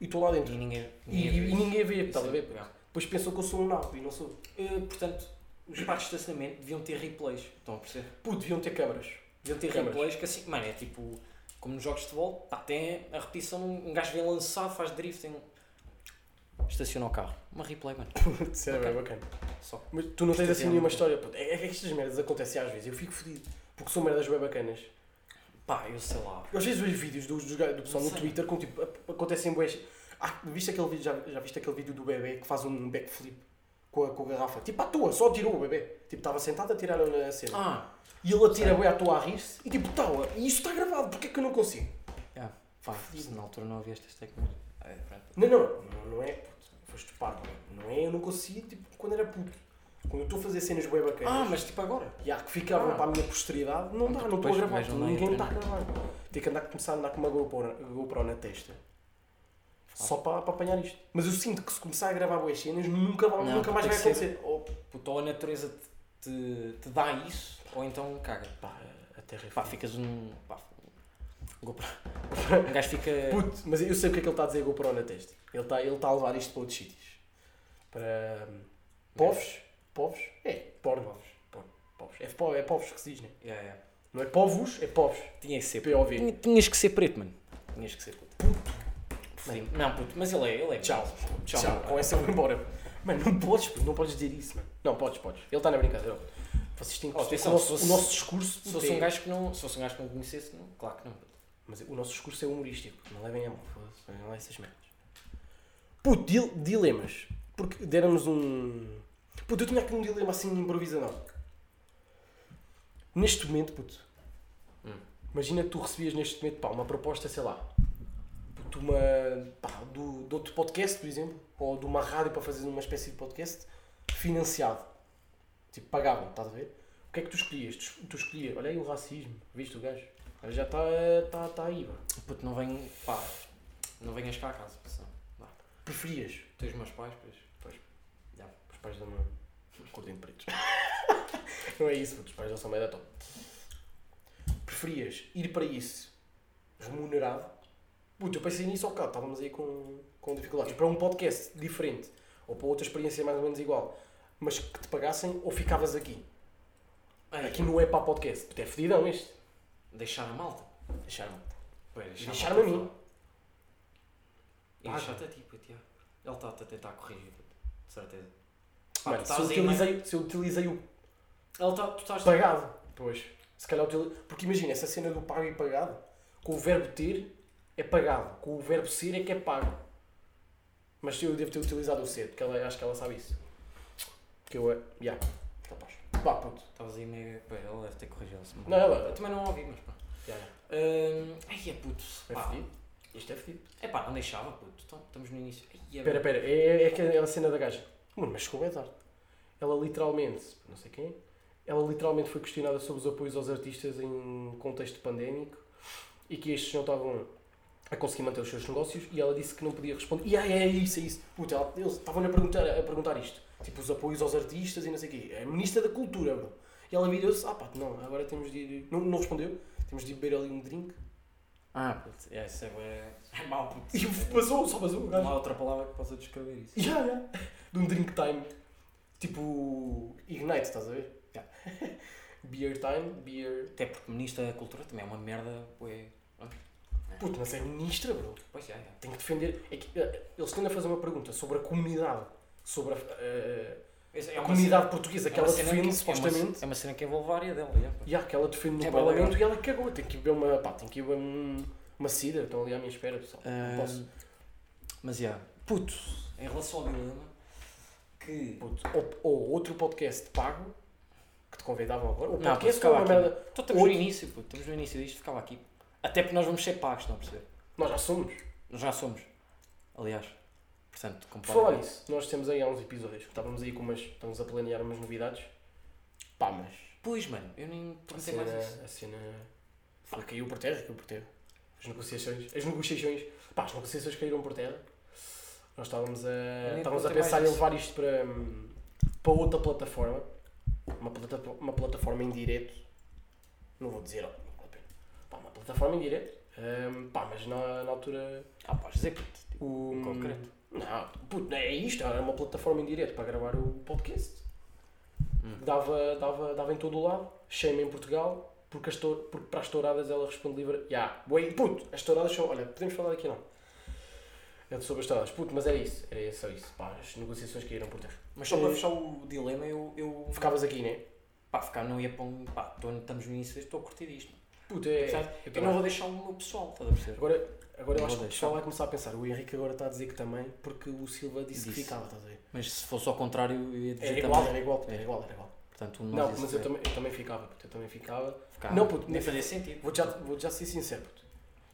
Speaker 1: E estou lá
Speaker 2: E
Speaker 1: dentro.
Speaker 2: ninguém.
Speaker 1: E, e ninguém vê,
Speaker 2: Sim,
Speaker 1: estás a ver?
Speaker 2: já.
Speaker 1: Depois pensam que eu sou um nabo e não sou.
Speaker 2: Eh, portanto, os parques de estacionamento deviam ter replays. Estão a perceber?
Speaker 1: Puto, deviam ter câmaras.
Speaker 2: Deviam ter
Speaker 1: Câmaras.
Speaker 2: replays que assim. Mano, é tipo. Como nos jogos de futebol, pá, tem a repetição, um gajo vem lançar, faz drifting. Estaciona o carro. Uma replay, mano.
Speaker 1: Puto, isso era
Speaker 2: Ok.
Speaker 1: bem bacana.
Speaker 2: Só.
Speaker 1: Mas tu não tens
Speaker 2: Isto é
Speaker 1: assim nenhuma
Speaker 2: muito-
Speaker 1: história, puto. É é que estas merdas acontecem às vezes, eu fico fodido. Porque são merdas bem bacanas.
Speaker 2: Pá, eu sei lá.
Speaker 1: Eu às vezes vejo vídeos dos, dos, ga- do pessoal no
Speaker 2: Sim.
Speaker 1: Twitter com tipo, ap- acontecem boas. Ah, viste aquele vídeo, já, já viste aquele vídeo do bebê que faz um backflip com a, com a garrafa? Tipo à toa, só tirou o bebê. Tipo, estava sentado a tirar a cena.
Speaker 2: Ah,
Speaker 1: E ele atira bem à toa a rir-se e tipo, tal, e isto está gravado, porque é que eu não consigo?
Speaker 2: Ah, pá, se na altura não havia estas técnicas. É, pronto.
Speaker 1: Não, não, não, não é, puto, foste parvo. Não é, eu não consigo, tipo, quando era puto. Quando eu estou a fazer cenas bem bacanas.
Speaker 2: Ah, mas tipo agora?
Speaker 1: E há que ficavam
Speaker 2: Ah.
Speaker 1: para a minha posteridade, não dá, não estou
Speaker 2: Depois
Speaker 1: a gravar,
Speaker 2: vejam lá e
Speaker 1: ninguém está a
Speaker 2: entrem.
Speaker 1: gravar. Tenho que andar, começar a andar com uma GoPro, na- GoPro na testa. Só para, para apanhar isto. Mas eu sinto que se começar a gravar boas cenas, nunca, vai-
Speaker 2: Não,
Speaker 1: nunca mais
Speaker 2: tem
Speaker 1: vai
Speaker 2: que ser-
Speaker 1: acontecer. Oh,
Speaker 2: Ou, puto, ou a natureza te, te, te dá isso, ou então caga.
Speaker 1: Pá, a terra é
Speaker 2: Pá,
Speaker 1: fodida.
Speaker 2: ficas um. Pá, um GoPro. Um gajo fica.
Speaker 1: Puto, mas eu sei o que é que ele está a dizer GoPro na testa. Ele está, ele está a levar isto para outros sítios.
Speaker 2: É.
Speaker 1: Para. hum, Povos? Povos? É, porno. Povos. porno, povos. É, po- é povos que se diz, né?
Speaker 2: Yeah, yeah.
Speaker 1: Não é povos, é povos.
Speaker 2: Tinha que ser.
Speaker 1: POV.
Speaker 2: Tinha- Tinhas que ser preto, mano. Tinhas que ser puto. Sim. Não, puto, mas ele é. Ele é
Speaker 1: Tchau.
Speaker 2: Tchau.
Speaker 1: Tchau. Com essa eu vou embora. Mano, não podes, não podes dizer isso, mano. Não, podes, podes. Ele está na tá brincadeira. Vocês têm que
Speaker 2: Oh,
Speaker 1: perceber que
Speaker 2: atenção,
Speaker 1: o nosso,
Speaker 2: se fosse-
Speaker 1: o nosso discurso. é-
Speaker 2: Se fosse
Speaker 1: tem-
Speaker 2: um gajo que não, se fosse um gajo que não conhecesse, não, claro que não. puto.
Speaker 1: Mas o nosso discurso é humorístico. Não levem a mão, foda-se, olhem lá essas merdas. Puto, dil- dilemas. Porque deram-nos um. Puto, eu tinha aqui um dilema assim improvisadão. Neste momento, puto.
Speaker 2: Hum.
Speaker 1: Imagina que tu recebias neste momento pá, uma proposta, sei lá. Puto, uma. pá, do, de outro podcast, por exemplo. Ou de uma rádio para fazer uma espécie de podcast. Financiado. Tipo, pagavam, estás a ver? O que é que tu escolhias? Tu, tu escolhias. Olha aí o racismo. Viste o gajo? Ele já está tá, tá aí, bro.
Speaker 2: Puto, não venho, pá, não venhas cá a casa, pessoal.
Speaker 1: Preferias?
Speaker 2: Tu és meus pais, pois.
Speaker 1: Já, os pais da minha. Curtem pretos. não é isso, puto, os pais não são meio da top. Preferias ir para isso remunerado? Puto, eu pensei nisso ao bocado, estávamos aí com, com dificuldades. Para um podcast diferente ou para outra experiência mais ou menos igual, mas que te pagassem ou ficavas aqui? Aqui não é para podcast. Puto, é fedidão este.
Speaker 2: Deixar a malta.
Speaker 1: Deixaram.
Speaker 2: Pois,
Speaker 1: Deixar-me
Speaker 2: malta
Speaker 1: a mim.
Speaker 2: fora. E
Speaker 1: Paga.
Speaker 2: deixar-te a ti, puto, já. Ele está-te a tentar corrigir, puto. De certeza. Pá,
Speaker 1: Mano,
Speaker 2: tu
Speaker 1: se eu
Speaker 2: estás aí, mano.
Speaker 1: utilizei- se eu utilizei o
Speaker 2: Ele está, tu estás...
Speaker 1: Pagado. Pois. Se calhar utili- Porque imagina, essa cena do pago e pagado, com o verbo ter é pagado, com o verbo ser é que é pago. Mas eu devo ter utilizado o ser, porque ela, acho que ela sabe isso. Que eu é. Ya. Capaz. Pá, puto.
Speaker 2: Estavas aí meio... Pá, ele deve ter corrigido se
Speaker 1: Não, ela.
Speaker 2: Eu também não ouvi, mas pá.
Speaker 1: Ya, ya.
Speaker 2: Hum, ai, é puto.
Speaker 1: É
Speaker 2: pá.
Speaker 1: fedido. Isto é fedido.
Speaker 2: É pá, não deixava, puto. Então, estamos no início. Ai, é-
Speaker 1: Espera, espera. É, é aquela cena da gaja. Mano, mas chegou bem tarde. Ela literalmente, não sei quem, ela literalmente foi questionada sobre os apoios aos artistas em contexto pandémico e que estes não estavam a conseguir manter os seus negócios e ela disse que não podia responder. E ah, é, é isso, é isso. Puta, ela- eles estavam-lhe a perguntar, a perguntar isto. Tipo, os apoios aos artistas e não sei o quê. É a ministra da Cultura, bro. E ela virou-se, ah pá, não, agora temos de ir... Não, não respondeu. Temos de ir beber ali um drink.
Speaker 2: Ah, puto. É, isso é... bué- É mau, puto.
Speaker 1: E vazou, só vazou. o gajo.
Speaker 2: Não há outra palavra que possa descrever isso.
Speaker 1: Já, já. De um drink time. Tipo. Ignite, estás a ver? Já. beer time, beer.
Speaker 2: Até porque ministra da cultura também é uma merda, ué.
Speaker 1: Puta, mas é ministra, bro.
Speaker 2: Pois é, é.
Speaker 1: Tem que defender. É que, eh, eles têm a fazer uma pergunta sobre a comunidade. Sobre a, eh,
Speaker 2: Esse- É
Speaker 1: a
Speaker 2: uma
Speaker 1: comunidade
Speaker 2: cena-
Speaker 1: portuguesa
Speaker 2: é
Speaker 1: que
Speaker 2: uma
Speaker 1: ela
Speaker 2: cena
Speaker 1: defende,
Speaker 2: que- É uma,
Speaker 1: supostamente.
Speaker 2: é uma cena que envolve a área dela, já, pá.
Speaker 1: E há que ela defende no
Speaker 2: É bem
Speaker 1: parlamento e ela cagou. Tem que beber uma. Pá, tem que beber um- uma cidra. Estão ali à minha espera, pessoal.
Speaker 2: Ah,
Speaker 1: Não posso.
Speaker 2: Mas já, puto, em relação ao dilema, que.
Speaker 1: Puto, ou, ou outro podcast pago que te convidavam agora. Ou
Speaker 2: Não, puto,
Speaker 1: podcast ou
Speaker 2: ficava
Speaker 1: uma
Speaker 2: aqui.
Speaker 1: merda.
Speaker 2: Então estamos
Speaker 1: Outro-
Speaker 2: no início, puto, estamos no início disto, ficava aqui. Até porque nós vamos ser pagos, estão a perceber?
Speaker 1: Nós já somos.
Speaker 2: Nós já somos. Aliás, portanto,
Speaker 1: Por
Speaker 2: compara.
Speaker 1: falar nisso, nós temos aí há uns episódios que estávamos aí com umas. Estamos a planear umas novidades. Pá, mas.
Speaker 2: Pois, mano, eu nem
Speaker 1: A
Speaker 2: perguntei
Speaker 1: cena.
Speaker 2: mais isso.
Speaker 1: A cena. Foi, caiu por terra, caiu por terra. As negociações. As negociações. Pá, as negociações caíram por terra. Nós estávamos a.
Speaker 2: nem
Speaker 1: Estávamos a
Speaker 2: perguntei
Speaker 1: pensar em
Speaker 2: mais
Speaker 1: levar isto para. hum, para outra plataforma. Uma, plata, uma plataforma em direto. Não vou dizer, ó, não vale a pena. Pá, uma plataforma em direto. Hum, pá, mas na, na altura.
Speaker 2: Ah, podes dizer, puto. tipo,
Speaker 1: O...
Speaker 2: Em concreto.
Speaker 1: Hum. Não, puto, não é isto, era uma plataforma em direto para gravar o podcast.
Speaker 2: Hum.
Speaker 1: Dava, dava, dava em todo o lado, chama em Portugal, porque, as tour, porque para as touradas ela responde livre. Ya, yeah. puto, as touradas são. Olha, podemos falar aqui não. É de sobre as touradas, puto, mas era isso, era só isso. Pá, as negociações que iram por terra.
Speaker 2: Mas só para
Speaker 1: Eh,
Speaker 2: fechar o dilema, eu. eu...
Speaker 1: Ficavas aqui, né?
Speaker 2: Pá, ficar não ia para um. Pá, tô- estamos no início, estou a curtir isto.
Speaker 1: Puto, é.
Speaker 2: Apesar-
Speaker 1: eu
Speaker 2: Eu não
Speaker 1: também.
Speaker 2: vou deixar o meu pessoal, estás a perceber?
Speaker 1: Agora, agora eu
Speaker 2: Não
Speaker 1: acho que
Speaker 2: vou
Speaker 1: o pessoal vai começar a pensar. O Henrique agora está a dizer que também, porque o Silva disse, que
Speaker 2: Disse.
Speaker 1: ficava, estás a ver?
Speaker 2: Mas se fosse ao contrário, eu ia dizer
Speaker 1: Era
Speaker 2: também.
Speaker 1: igual, era igual, era igual, era igual.
Speaker 2: Portanto, um de
Speaker 1: Não, é.
Speaker 2: nós ia
Speaker 1: mas eu
Speaker 2: saber.
Speaker 1: também, eu também ficava, puto, eu também ficava.
Speaker 2: Ficar-
Speaker 1: Não, puto,
Speaker 2: nem
Speaker 1: nem-
Speaker 2: fazia sentido.
Speaker 1: Vou já, vou já ser sincero, puto.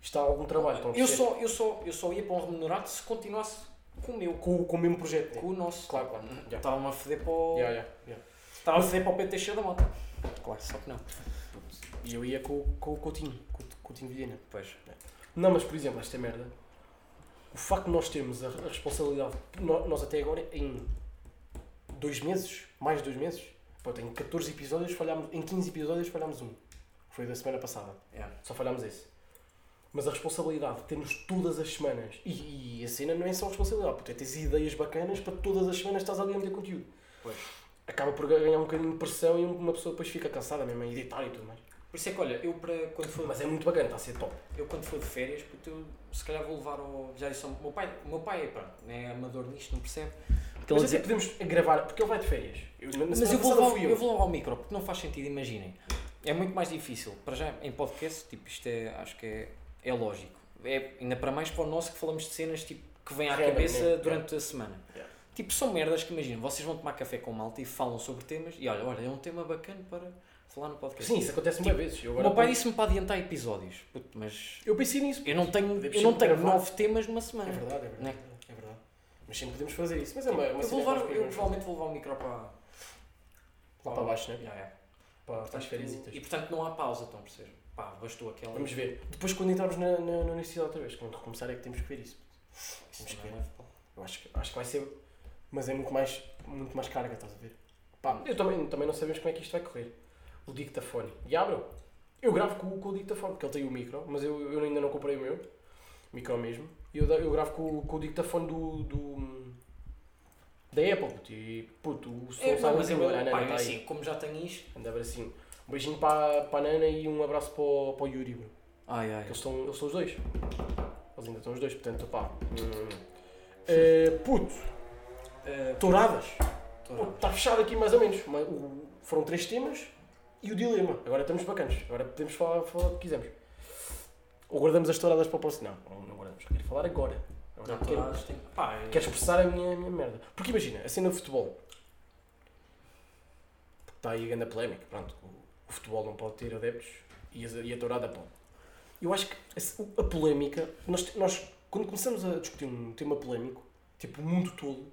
Speaker 1: Isto há algum trabalho. estão a
Speaker 2: eu,
Speaker 1: perceber?
Speaker 2: só, eu, só, eu só ia para um remunerado se continuasse com o meu,
Speaker 1: Com, com o mesmo projeto. né?
Speaker 2: com o nosso.
Speaker 1: Claro, claro. Já.
Speaker 2: Estava-me a foder para o.
Speaker 1: Já, já, já.
Speaker 2: Estava a foder para o PTX da moto. Claro, só que não.
Speaker 1: E eu ia com, com o Coutinho, com o Coutinho Vilhena.
Speaker 2: Pois. é.
Speaker 1: Não, mas por exemplo, esta merda. O facto de nós termos a, a responsabilidade, nó- nós até agora, em dois meses, mais de dois meses, pô, em 14 episódios, falhámos, em 15 episódios falhámos um. Foi da semana passada.
Speaker 2: Yeah.
Speaker 1: Só falhámos esse. Mas a responsabilidade de termos todas as semanas, e, e a cena não é só responsabilidade, porque tens ideias bacanas para todas as semanas estás ali a meter conteúdo.
Speaker 2: Pois.
Speaker 1: Acaba por ganhar um bocadinho de pressão e uma pessoa depois fica cansada mesmo a editar e tudo mais.
Speaker 2: Por isso é que, olha, eu para quando for,
Speaker 1: Mas é muito bacana, está a ser top.
Speaker 2: eu, quando for de férias, puto, eu se calhar vou levar ao. Já disse ao meu pai. O meu pai é, pronto, não é amador é nisto, não percebe. Porque
Speaker 1: mas
Speaker 2: ele
Speaker 1: até
Speaker 2: dizia,
Speaker 1: podemos gravar, porque ele vai de férias. Eu, na- na
Speaker 2: mas
Speaker 1: semana
Speaker 2: eu vou,
Speaker 1: passada
Speaker 2: logo,
Speaker 1: fui
Speaker 2: eu vou logo ao micro, porque não faz sentido, imaginem. É muito mais difícil. Para já, em podcast, tipo, isto é, acho que é, é lógico. É, ainda para mais para o nosso que falamos de cenas tipo, que vêm à
Speaker 1: Random,
Speaker 2: cabeça
Speaker 1: né?
Speaker 2: durante a semana.
Speaker 1: Yeah.
Speaker 2: Tipo, são merdas que imaginam, vocês vão tomar café com malta e falam sobre temas e olha, olha, é um tema bacana para falar no podcast.
Speaker 1: Sim, isso acontece muitas vezes. Eu,
Speaker 2: o
Speaker 1: agora,
Speaker 2: Tipo, meu pai disse-me para adiantar episódios, puto, mas
Speaker 1: eu pensei nisso.
Speaker 2: eu não tenho,
Speaker 1: Devemos
Speaker 2: eu não
Speaker 1: sempre
Speaker 2: tenho
Speaker 1: gravar.
Speaker 2: nove temas numa
Speaker 1: É
Speaker 2: semana.
Speaker 1: verdade, é verdade. É verdade. Mas sempre podemos fazer isso. Mas é uma, uma
Speaker 2: né? Tipo, eu, vou
Speaker 1: cena que
Speaker 2: levar,
Speaker 1: nós podemos
Speaker 2: eu provavelmente vou levar o micro para,
Speaker 1: lá para baixo, né?
Speaker 2: Yeah, yeah.
Speaker 1: Para, para as férias.
Speaker 2: E portanto não há pausa, estão a perceber? Pá, bastou aquela.
Speaker 1: Vamos ver. Depois, quando entrarmos na, na, na universidade outra vez, quando recomeçar, é que temos que ver isso.
Speaker 2: Isso
Speaker 1: Vamos
Speaker 2: também
Speaker 1: ver.
Speaker 2: não é futebol.
Speaker 1: Eu acho que, acho que vai ser. Mas é muito mais, muito mais carga, estás a ver? Pá, eu também, também não sabemos como é que isto vai correr. O dictafone. E abro. Eu gravo com, o- com o dictafone, porque ele tem o micro, mas eu, eu ainda não comprei o meu. Micro mesmo. E eu, da- eu gravo com, o- com o dictafone do. do da Apple, puto. E puto, o som
Speaker 2: É,
Speaker 1: sai muito
Speaker 2: não, mas eu,
Speaker 1: bem. A
Speaker 2: pá,
Speaker 1: Nana
Speaker 2: eu
Speaker 1: tá aí.
Speaker 2: assim, como já tenho isto.
Speaker 1: Andava assim. Um beijinho para, para a Nana e um abraço para o, para o Yuri, bro.
Speaker 2: Ai ai.
Speaker 1: Eles são, eles são os dois. Eles ainda estão os dois, portanto, pá. Hum. Eh, puto, touradas. Puto, Está fechado aqui mais ou menos. Uma- o- foram três temas e o dilema. Agora estamos bacanas. Agora podemos falar, falar o que quisermos. Ou guardamos as touradas para o próximo. Não, não, não guardamos. Quero falar agora. Agora
Speaker 2: Não,
Speaker 1: quero-
Speaker 2: todas têm. Pá, é-
Speaker 1: Quero expressar a minha, a minha merda. Porque imagina, a cena do futebol. Porque está aí a grande polémica. Pronto, o, o futebol não pode ter adeptos e a, e a tourada pode. Eu acho que a, se- a polémica. Nós, te- nós, quando começamos a discutir um tema polémico, tipo o mundo todo,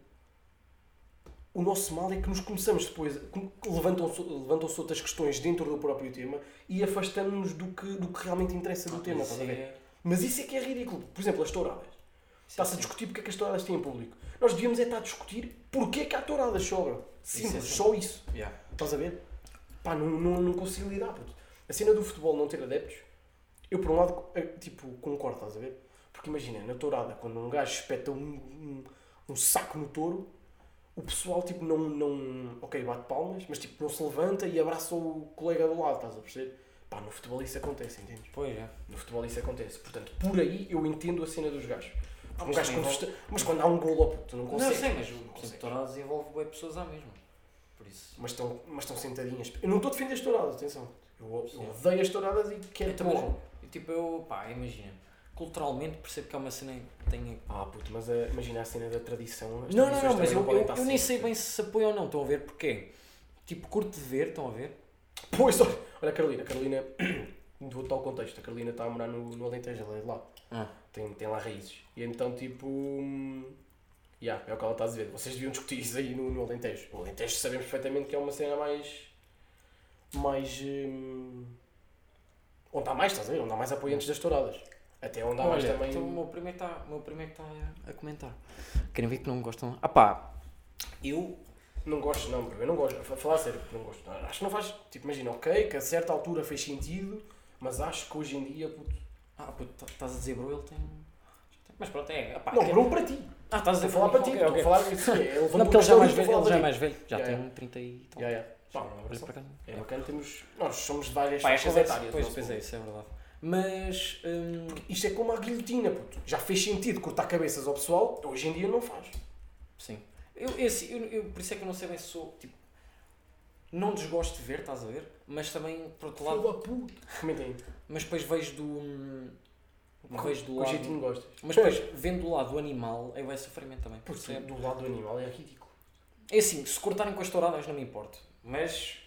Speaker 1: o nosso mal é que nos começamos depois. com- Levantam-se levantam-se outras questões dentro do próprio tema e afastamos-nos do que, do que realmente interessa do tema.
Speaker 2: Mas
Speaker 1: estás a ver?
Speaker 2: é-
Speaker 1: Mas isso é que é ridículo. Por exemplo, as touradas.
Speaker 2: Sim,
Speaker 1: Está-se a
Speaker 2: sim.
Speaker 1: discutir porque é que as touradas têm público. Nós devíamos é estar a discutir porque é que há touradas sobra. Simples,
Speaker 2: sim.
Speaker 1: só isso.
Speaker 2: Yeah.
Speaker 1: Estás a ver? Pá, não, não, não consigo lidar, puto. A cena do futebol não ter adeptos, eu por um lado, eh, tipo, concordo, estás a ver? Porque imagina, na tourada, quando um gajo espeta um, um, um saco no touro, o pessoal, tipo, não, não... Ok, bate palmas, mas, tipo, não se levanta e abraça o colega do lado, estás a perceber? Pá, no futebol isso acontece, entendes?
Speaker 2: Pois é.
Speaker 1: No futebol isso acontece. Portanto, por aí eu entendo a cena dos gajos. Um
Speaker 2: mas
Speaker 1: gajo
Speaker 2: também
Speaker 1: quando feste- Mas quando há um gol, ó puto, tu não
Speaker 2: Não, eu
Speaker 1: consegues.
Speaker 2: sei, mas o
Speaker 1: consegues.
Speaker 2: Conceito Torados envolve boas pessoas à mesma. Por isso.
Speaker 1: Mas estão, mas estão sentadinhas. Eu não estou a defender as touradas, atenção. Eu, eu
Speaker 2: Sim.
Speaker 1: odeio as touradas e quero
Speaker 2: Eu
Speaker 1: que
Speaker 2: também.
Speaker 1: morram.
Speaker 2: E, Tipo, eu, pá, imagina. Culturalmente percebo que é uma cena que tem.
Speaker 1: Ah, puto, mas a, imagina a cena da tradição. as
Speaker 2: Não, não,
Speaker 1: tradições
Speaker 2: não, mas
Speaker 1: também
Speaker 2: eu,
Speaker 1: podem
Speaker 2: eu,
Speaker 1: estar
Speaker 2: eu nem
Speaker 1: sempre.
Speaker 2: sei bem se se apoio ou não, estão a ver porquê. Tipo, curto de ver, estão a ver?
Speaker 1: Pois, olha, olha a Carolina. A Carolina, vou dar o contexto. A Carolina está a morar no, no Alentejo, ela é de lá.
Speaker 2: Ah.
Speaker 1: Tem, tem lá raízes. E então, tipo. hum, yeah, é o que ela está a dizer. Vocês deviam discutir isso aí no, no Alentejo. O Alentejo sabemos perfeitamente que é uma cena mais. mais. hum, onde há mais, estás a ver? Onde há mais apoiantes das touradas. Até onde há mais
Speaker 2: Olha,
Speaker 1: também.
Speaker 2: então o meu primeiro está o meu primeiro está a, a comentar. Querem ver que não gostam? Ah pá, eu...
Speaker 1: Não gosto, não, bro. Eu não gosto. F- Falar a sério, não gosto. Não, Acho que não faz. Tipo, imagina, ok, que a certa altura fez sentido, mas acho que hoje em dia. Puto,
Speaker 2: Ah, puto, estás a dizer bro, ele tem... Mas pronto, é... Epá,
Speaker 1: não,
Speaker 2: que-
Speaker 1: Bruno, para ti.
Speaker 2: Ah, estás a
Speaker 1: Estou
Speaker 2: dizer
Speaker 1: a falar para ti,
Speaker 2: ok,
Speaker 1: estou
Speaker 2: ok.
Speaker 1: a falar isso. é, levantou
Speaker 2: Não, porque ele já
Speaker 1: questão
Speaker 2: é mais
Speaker 1: e estou a
Speaker 2: velho, ele já
Speaker 1: falar
Speaker 2: é
Speaker 1: para
Speaker 2: mais velho. Já
Speaker 1: Yeah,
Speaker 2: tem
Speaker 1: yeah.
Speaker 2: um 30 e
Speaker 1: ti.
Speaker 2: tal.
Speaker 1: Já, já. Pá, um
Speaker 2: Olha
Speaker 1: abraço.
Speaker 2: para cá.
Speaker 1: É bacana, temos. Nós somos de várias
Speaker 2: Pá, é
Speaker 1: facetas
Speaker 2: conversa,
Speaker 1: do
Speaker 2: pois,
Speaker 1: nosso
Speaker 2: pois é,
Speaker 1: público.
Speaker 2: isso é verdade. Mas... hum,
Speaker 1: Isto é como a guilhotina, puto. Já fez sentido cortar cabeças ao pessoal, hoje em dia não faz.
Speaker 2: Sim. Eu, esse, eu, eu- por isso é que eu não sei bem se sou, tipo... Não desgosto de ver, estás a ver? Mas também, por outro lado...
Speaker 1: Fala, puto. Comentem.
Speaker 2: Mas depois vejo do... hum, Vejo do
Speaker 1: Com
Speaker 2: lado...
Speaker 1: jeitinho gostas.
Speaker 2: Mas depois, vendo do lado do animal, aí vai sofrimento também.
Speaker 1: Puto,
Speaker 2: Porque
Speaker 1: do lado do animal é ridículo.
Speaker 2: é assim, se cortarem com as touradas não me importo. Mas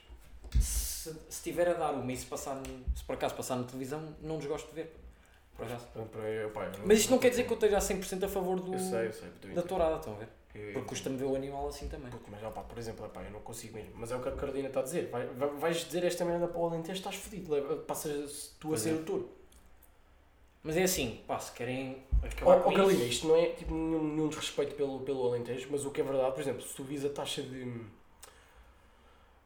Speaker 2: se, se tiver a dar uma e se, passar, no- se por acaso passar na televisão, não desgosto de ver. Por acaso.
Speaker 1: Pronto, pá, eu- pá, eu
Speaker 2: Mas isto não quer dizer que eu esteja a 100% a favor do,
Speaker 1: Eu sei, eu sei. puto, eu
Speaker 2: da
Speaker 1: entendo.
Speaker 2: tourada, estão a ver?
Speaker 1: Eu- eu-
Speaker 2: Porque custa-me ver o animal assim também.
Speaker 1: Puto, mas, ó, pá, por exemplo, pá, eu não consigo mesmo. Mas é o que a Carolina está a dizer. Vai, vai- vais dizer esta merda para o Alentejo, estás fodido. Leva- Passas tu a
Speaker 2: Pois
Speaker 1: ser
Speaker 2: é.
Speaker 1: o touro.
Speaker 2: Mas é assim, pá, se querem acabar
Speaker 1: Ó
Speaker 2: com
Speaker 1: oh, Carolina,
Speaker 2: isso...
Speaker 1: isto não é tipo, nenhum, nenhum desrespeito pelo, pelo Alentejo, mas o que é verdade, por exemplo, se tu vis a taxa de,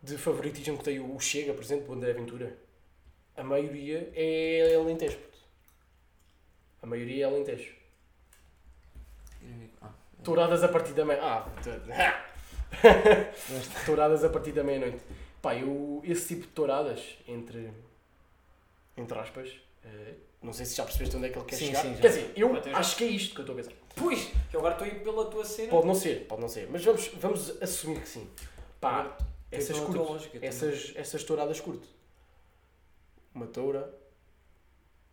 Speaker 1: de favoritismo que tem o Chega, por exemplo, o André Ventura, a maioria é Alentejo. puto. A maioria é Alentejo.
Speaker 2: Ah,
Speaker 1: Touradas a partir da meia. Ah, tu- touradas a partir da meia-noite. Pá, eu, esse tipo de touradas, entre, entre aspas, Eh, não sei se já percebeste onde é que ele quer
Speaker 2: Sim,
Speaker 1: chegar.
Speaker 2: sim, já.
Speaker 1: Quer dizer, eu
Speaker 2: Até já.
Speaker 1: acho que é isto que eu estou a pensar.
Speaker 2: Pois, que eu agora estou a ir pela tua cena.
Speaker 1: Pode não ser, pode não ser. Mas vamos, vamos assumir que sim. Pá,
Speaker 2: Eu
Speaker 1: essas
Speaker 2: estou na tua
Speaker 1: curto.
Speaker 2: É lógica também.
Speaker 1: Essas, essas touradas curto. Uma toura.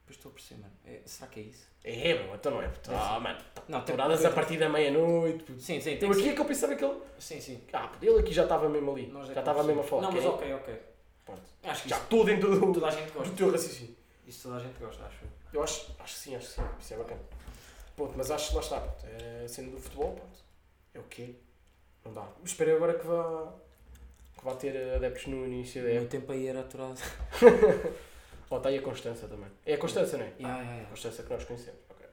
Speaker 2: Pois estou a perceber, mano. É, será que é isso?
Speaker 1: É, meu, então não é. Ah, mano.
Speaker 2: Não, tem-
Speaker 1: Touradas a partir da meia-noite. puto.
Speaker 2: Sim, sim,
Speaker 1: Eu
Speaker 2: tem que ser.
Speaker 1: aqui é que eu pensava que ele.
Speaker 2: Sim, sim.
Speaker 1: Ah, puto, ele aqui já estava mesmo ali.
Speaker 2: Nós é que
Speaker 1: já estava mesmo a falar.
Speaker 2: Não, mas
Speaker 1: ok?
Speaker 2: ok, ok.
Speaker 1: Pronto.
Speaker 2: Acho que
Speaker 1: Já
Speaker 2: isso
Speaker 1: estou dentro do,
Speaker 2: toda a gente
Speaker 1: do
Speaker 2: gosta.
Speaker 1: teu raciocínio.
Speaker 2: Isso toda a gente gosta, acho. eu.
Speaker 1: Eu acho, acho que sim, acho que sim. Isso é bacana. Pronto, mas acho que lá está. Pronto. É, sendo do futebol, pronto. É o quê? Não dá. Espero agora que vá, que vá ter adeptos no início da
Speaker 2: O
Speaker 1: época.
Speaker 2: meu tempo aí era aturado.
Speaker 1: Oh, está aí a Constança também. É a Constança, não é?
Speaker 2: Ya, ya,
Speaker 1: É a
Speaker 2: ya.
Speaker 1: Constança que nós conhecemos. Ok.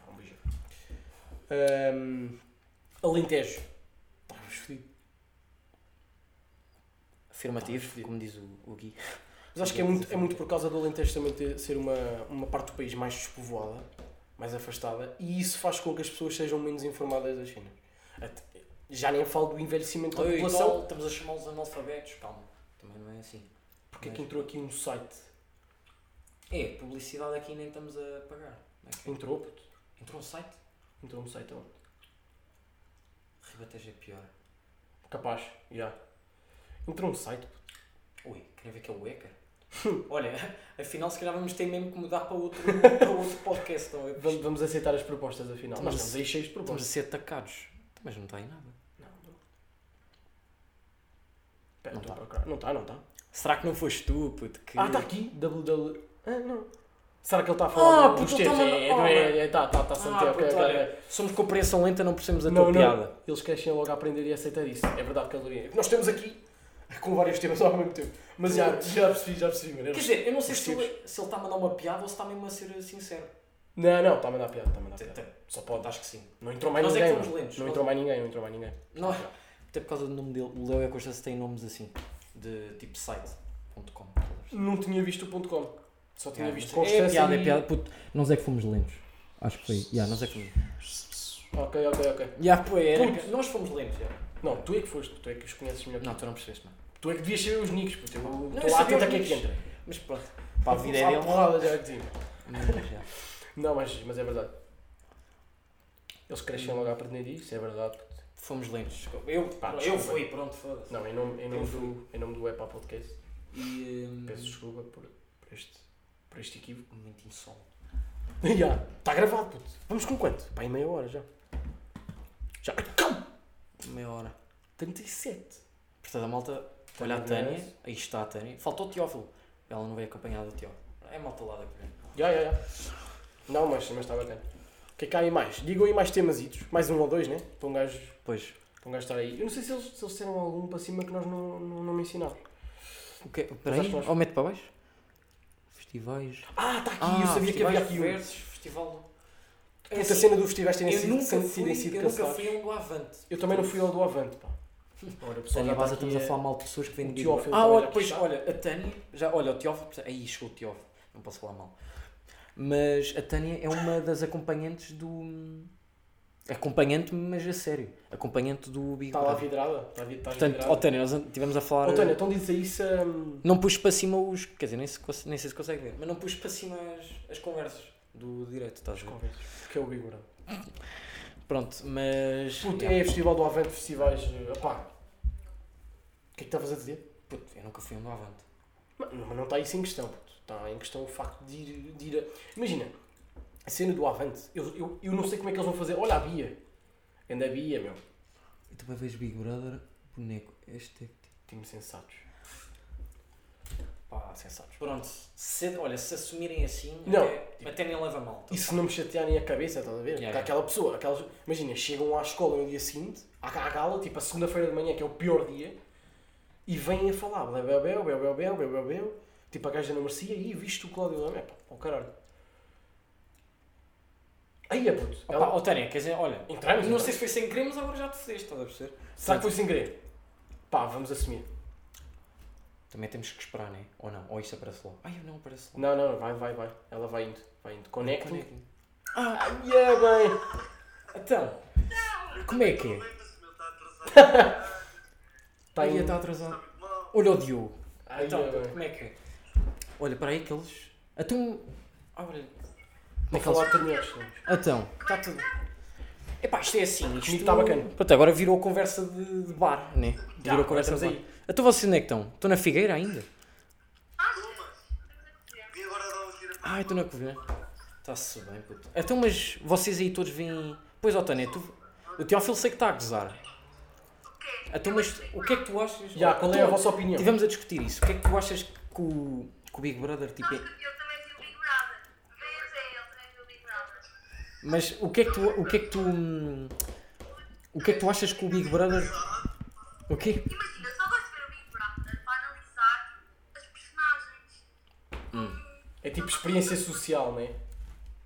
Speaker 1: Ah, um beijo. Ahm, Alentejo. Estávamos fodidos. Tá,
Speaker 2: Afirmativo,
Speaker 1: fedido.
Speaker 2: como diz o, o Gui.
Speaker 1: Mas acho que é muito, é muito por causa do Alentejo também ter, ser uma, uma parte do país mais despovoada, mais afastada, e isso faz com que as pessoas sejam menos informadas das cenas. Até- Já nem falo do envelhecimento da
Speaker 2: Oi,
Speaker 1: população.
Speaker 2: então, estamos a chamá-los analfabetos, calma. Também não é assim.
Speaker 1: Porque é que entrou aqui um site?
Speaker 2: É, publicidade aqui nem estamos a pagar. Como é que é?
Speaker 1: Entrou, puto.
Speaker 2: Entrou um site?
Speaker 1: Entrou um site onde?
Speaker 2: Ribatejo é pior.
Speaker 1: Capaz, já. Entrou um site, puto.
Speaker 2: Ui, querem ver que é o Ecker? Olha, afinal se calhar vamos ter mesmo que mudar para outro, para outro podcast, é estão a ver?
Speaker 1: Vamos, vamos aceitar as propostas, afinal.
Speaker 2: Estamos
Speaker 1: Nós
Speaker 2: a-
Speaker 1: estamos aí cheios de
Speaker 2: Estamos a
Speaker 1: propostas.
Speaker 2: ser atacados. Mas não está aí nada.
Speaker 1: Não, não. Pera,
Speaker 2: Não
Speaker 1: estou a
Speaker 2: tá.
Speaker 1: procurar. Não está, não está.
Speaker 2: Será que não foste tu, puto? Que...
Speaker 1: Ah, está aqui. www. Ah, não. Será que ele está a
Speaker 2: Ah,
Speaker 1: falar do-
Speaker 2: puto,
Speaker 1: dos
Speaker 2: ele
Speaker 1: tempos?
Speaker 2: tá a mandar-
Speaker 1: É, não é,
Speaker 2: Oh,
Speaker 1: é, tá, tá, tá,
Speaker 2: Ah,
Speaker 1: tá, tá, ok,
Speaker 2: puto,
Speaker 1: ok,
Speaker 2: olha,
Speaker 1: ok.
Speaker 2: somos compreensão lenta, não percebemos a
Speaker 1: Não,
Speaker 2: tua
Speaker 1: não.
Speaker 2: piada.
Speaker 1: Eles crescem logo a aprender e a aceitar isso. É verdade que eles Nós temos aqui com vários temas ao mesmo tempo. Mas já, já percebi, já percebi, mano.
Speaker 2: Quer
Speaker 1: Eles-
Speaker 2: dizer, eu não sei se, ele- se ele está a mandar uma piada ou se está mesmo a ser sincero.
Speaker 1: Não, não, está a mandar piada, está a mandar
Speaker 2: Até-
Speaker 1: piada.
Speaker 2: até-
Speaker 1: Só
Speaker 2: Pronto,
Speaker 1: pode.
Speaker 2: acho que sim.
Speaker 1: Não entrou mais
Speaker 2: Nós é que
Speaker 1: ninguém.
Speaker 2: somos
Speaker 1: mano.
Speaker 2: lentos,
Speaker 1: Não
Speaker 2: nós-
Speaker 1: entrou mais ninguém, não entrou mais ninguém.
Speaker 2: Não, é? até por causa do nome dele. O Leo e a Costa têm nomes assim, de tipo site.com.
Speaker 1: Não tinha visto o ponto .com. Só tinha
Speaker 2: É,
Speaker 1: visto
Speaker 2: mas é
Speaker 1: Constância
Speaker 2: piada,
Speaker 1: e-
Speaker 2: é piada. Puto, nós é que fomos lentos. Acho que foi. Ya, nós é que fomos.
Speaker 1: Ok, ok, ok.
Speaker 2: Ya, pô, era-
Speaker 1: Puto.
Speaker 2: Nós fomos lentos, já.
Speaker 1: Não, tu é que foste, tu é que os conheces melhor. que
Speaker 2: Não,
Speaker 1: eu.
Speaker 2: tu não percebeste, mano.
Speaker 1: Tu é que devias saber os nicks, puto.
Speaker 2: Não,
Speaker 1: Eu
Speaker 2: eu
Speaker 1: estou lá
Speaker 2: sabia
Speaker 1: atento a
Speaker 2: os
Speaker 1: quem é que
Speaker 2: nicks.
Speaker 1: entra.
Speaker 2: Mas pronto, para a vida é
Speaker 1: Sabe
Speaker 2: dele.
Speaker 1: porrada, já te digo.
Speaker 2: Mas, já.
Speaker 1: Não, mas, mas é verdade. Eles crescem logo a aprender isso, é verdade. puto.
Speaker 2: Fomos lentos. Eu,
Speaker 1: Pá,
Speaker 2: eu
Speaker 1: desculpa.
Speaker 2: fui, pronto, foda-se.
Speaker 1: Não, em nome, em
Speaker 2: Eu
Speaker 1: nome,
Speaker 2: fui.
Speaker 1: do, em nome do Epá Podcast,
Speaker 2: Uhum. E. hum,
Speaker 1: peço desculpa por, por este, por este equívoco.
Speaker 2: Um momento insólito.
Speaker 1: Já, está gravado, puto. Vamos com quanto? Pá, em meia hora já. Já, Ai, calma!
Speaker 2: Meia hora.
Speaker 1: 37.
Speaker 2: Portanto, a malta
Speaker 1: Tá
Speaker 2: olha a Tânia, aí está a Tânia. Faltou o Teófilo. Ela não veio acompanhada do Teófilo. É malta lá da Covilhã.
Speaker 1: Já, já, já. Não, mas mas está bacana. O que é que há aí mais? Digam aí mais temazitos. Mais um ou dois, né? Para um gajo,
Speaker 2: Pois,
Speaker 1: para um gajo estar aí. Eu não sei se eles, se eles disseram algum para cima que nós não, não, não me ensinaram.
Speaker 2: o que Tá
Speaker 1: Mas acho
Speaker 2: Peraí,
Speaker 1: que nós-
Speaker 2: ou mete para baixo? Festivais.
Speaker 1: Ah, está aqui! eu sabia que havia aqui um.
Speaker 2: diversos, festival. É
Speaker 1: Essa
Speaker 2: assim,
Speaker 1: cena dos festivais terem
Speaker 2: eu
Speaker 1: sido,
Speaker 2: nunca
Speaker 1: sempre terem
Speaker 2: fui,
Speaker 1: sido
Speaker 2: eu nunca
Speaker 1: cancelados.
Speaker 2: fui a um do Avante.
Speaker 1: Eu também não fui ao do Avante, pá. Olha, o pessoal
Speaker 2: Tânia
Speaker 1: já
Speaker 2: Baza
Speaker 1: está
Speaker 2: estamos
Speaker 1: aqui
Speaker 2: tá
Speaker 1: é,
Speaker 2: a falar mal de pessoas que vêm
Speaker 1: o
Speaker 2: de
Speaker 1: Teófilo
Speaker 2: Ah,
Speaker 1: também já
Speaker 2: olha,
Speaker 1: que
Speaker 2: pois,
Speaker 1: está.
Speaker 2: olha, a Tânia, já, olha, o Teófilo, aí chegou o Teófilo, não posso falar mal. Mas a Tânia é uma das acompanhantes do. Acompanhante, mas a sério. Acompanhante do Big
Speaker 1: Está lá
Speaker 2: Brother.
Speaker 1: vidrada. Está tá vi- tá está
Speaker 2: Portanto,
Speaker 1: vidrada.
Speaker 2: ó Tânia, nós estivemos a falar.
Speaker 1: Ó, Tânia, então diz aí se... hum,
Speaker 2: Não pus para cima os. Quer dizer, nem, se, conse- nem sei se consegue ver, mas não pus para cima as, as conversas do direto, estás a ver?
Speaker 1: conversas, Que é o Big Brother.
Speaker 2: Pronto, mas.
Speaker 1: Puta,
Speaker 2: Yeah.
Speaker 1: é festival do Avante, festivais... eh, Pá. O que é que estavas a dizer?
Speaker 2: Puto, eu nunca fui um do Avante.
Speaker 1: Mas não- mas não está isso em questão, puto. Está em questão o facto de ir, de ir a... Imagina, a cena do Avante, eu, eu, eu não sei como é que eles vão fazer. Olha a Bia. Anda a Bia, meu.
Speaker 2: Eu também vejo Big Brother, boneco, este é
Speaker 1: Time Tipo, sensatos.
Speaker 2: Pá,
Speaker 1: Sensatos.
Speaker 2: Pronto, se, olha, se assumirem assim,
Speaker 1: Não.
Speaker 2: até, até nem leva mal.
Speaker 1: E se não me chatearem a cabeça, estás a ver?
Speaker 2: Yeah,
Speaker 1: Porque aquela pessoa, aquelas... Imagina, chegam à escola no dia seguinte, à, à gala, tipo a segunda-feira de manhã, que é o pior dia, e vêm a falar, blá, blá, blá, blá, blá, blá, blá, blá, blá. Tipo a gaja não merecia, e viste o Cláudio Lama, é pá, ao caralho. Aí é puto.
Speaker 2: Opa,
Speaker 1: Ela-
Speaker 2: ó, Tânia, quer dizer, olha,
Speaker 1: Entramos,
Speaker 2: não é.
Speaker 1: entramos.
Speaker 2: sei se foi sem querer, mas agora já te fizeste, estás a perceber?
Speaker 1: Será que foi sem querer? Pá, vamos assumir.
Speaker 2: Também temos que esperar, né? Ou não? Ou isso aparece logo? Ai, eu não aparece logo. é
Speaker 1: Não, não, vai, vai, vai. Ela vai indo, vai indo. Conecta.
Speaker 2: Conecta.
Speaker 1: Ah, yeah, bem.
Speaker 2: Então, como é que é?
Speaker 1: Tá
Speaker 2: Ai,
Speaker 1: indo.
Speaker 2: está atrasado. Olha o Diogo.
Speaker 1: Ai,
Speaker 2: então,
Speaker 1: yeah, bem.
Speaker 2: como é que é? Olha, para aí que eles. Então, Ah, olha.
Speaker 1: Vou falar de determinados filmes.
Speaker 2: Então.
Speaker 1: Está tudo.
Speaker 2: Epá, isto é assim. Isto
Speaker 1: Comigo está tá bacana.
Speaker 2: Pronto, agora virou conversa de, de bar, né?
Speaker 1: Já,
Speaker 2: Virou
Speaker 1: agora
Speaker 2: conversa
Speaker 1: estamos
Speaker 2: de bar.
Speaker 1: aí.
Speaker 2: Então vocês onde é que estão? Estão na Figueira ainda?
Speaker 3: Vi agora dar os gira-
Speaker 2: Ah, estou na Covilhã. Está-se bem, puto. Então, mas vocês aí todos vêm. Pois, Otânia, tu... o Teófilo sei que está a gozar. Então, mas o que é que tu achas?
Speaker 1: Já, qual é a vossa opinião?
Speaker 2: Estivemos a discutir isso. O que é que tu achas que o, que o Big Brother tipo é...
Speaker 3: Eu também vi o Big Brother. Veio até ele, também vi o Big Brother.
Speaker 2: Mas o que é que tu. O que é que tu. hum, O que é que tu achas que o Big Brother. O quê?
Speaker 3: Imagina, eu só gosto de ver o Big Brother para analisar as personagens.
Speaker 1: É tipo experiência social, não é?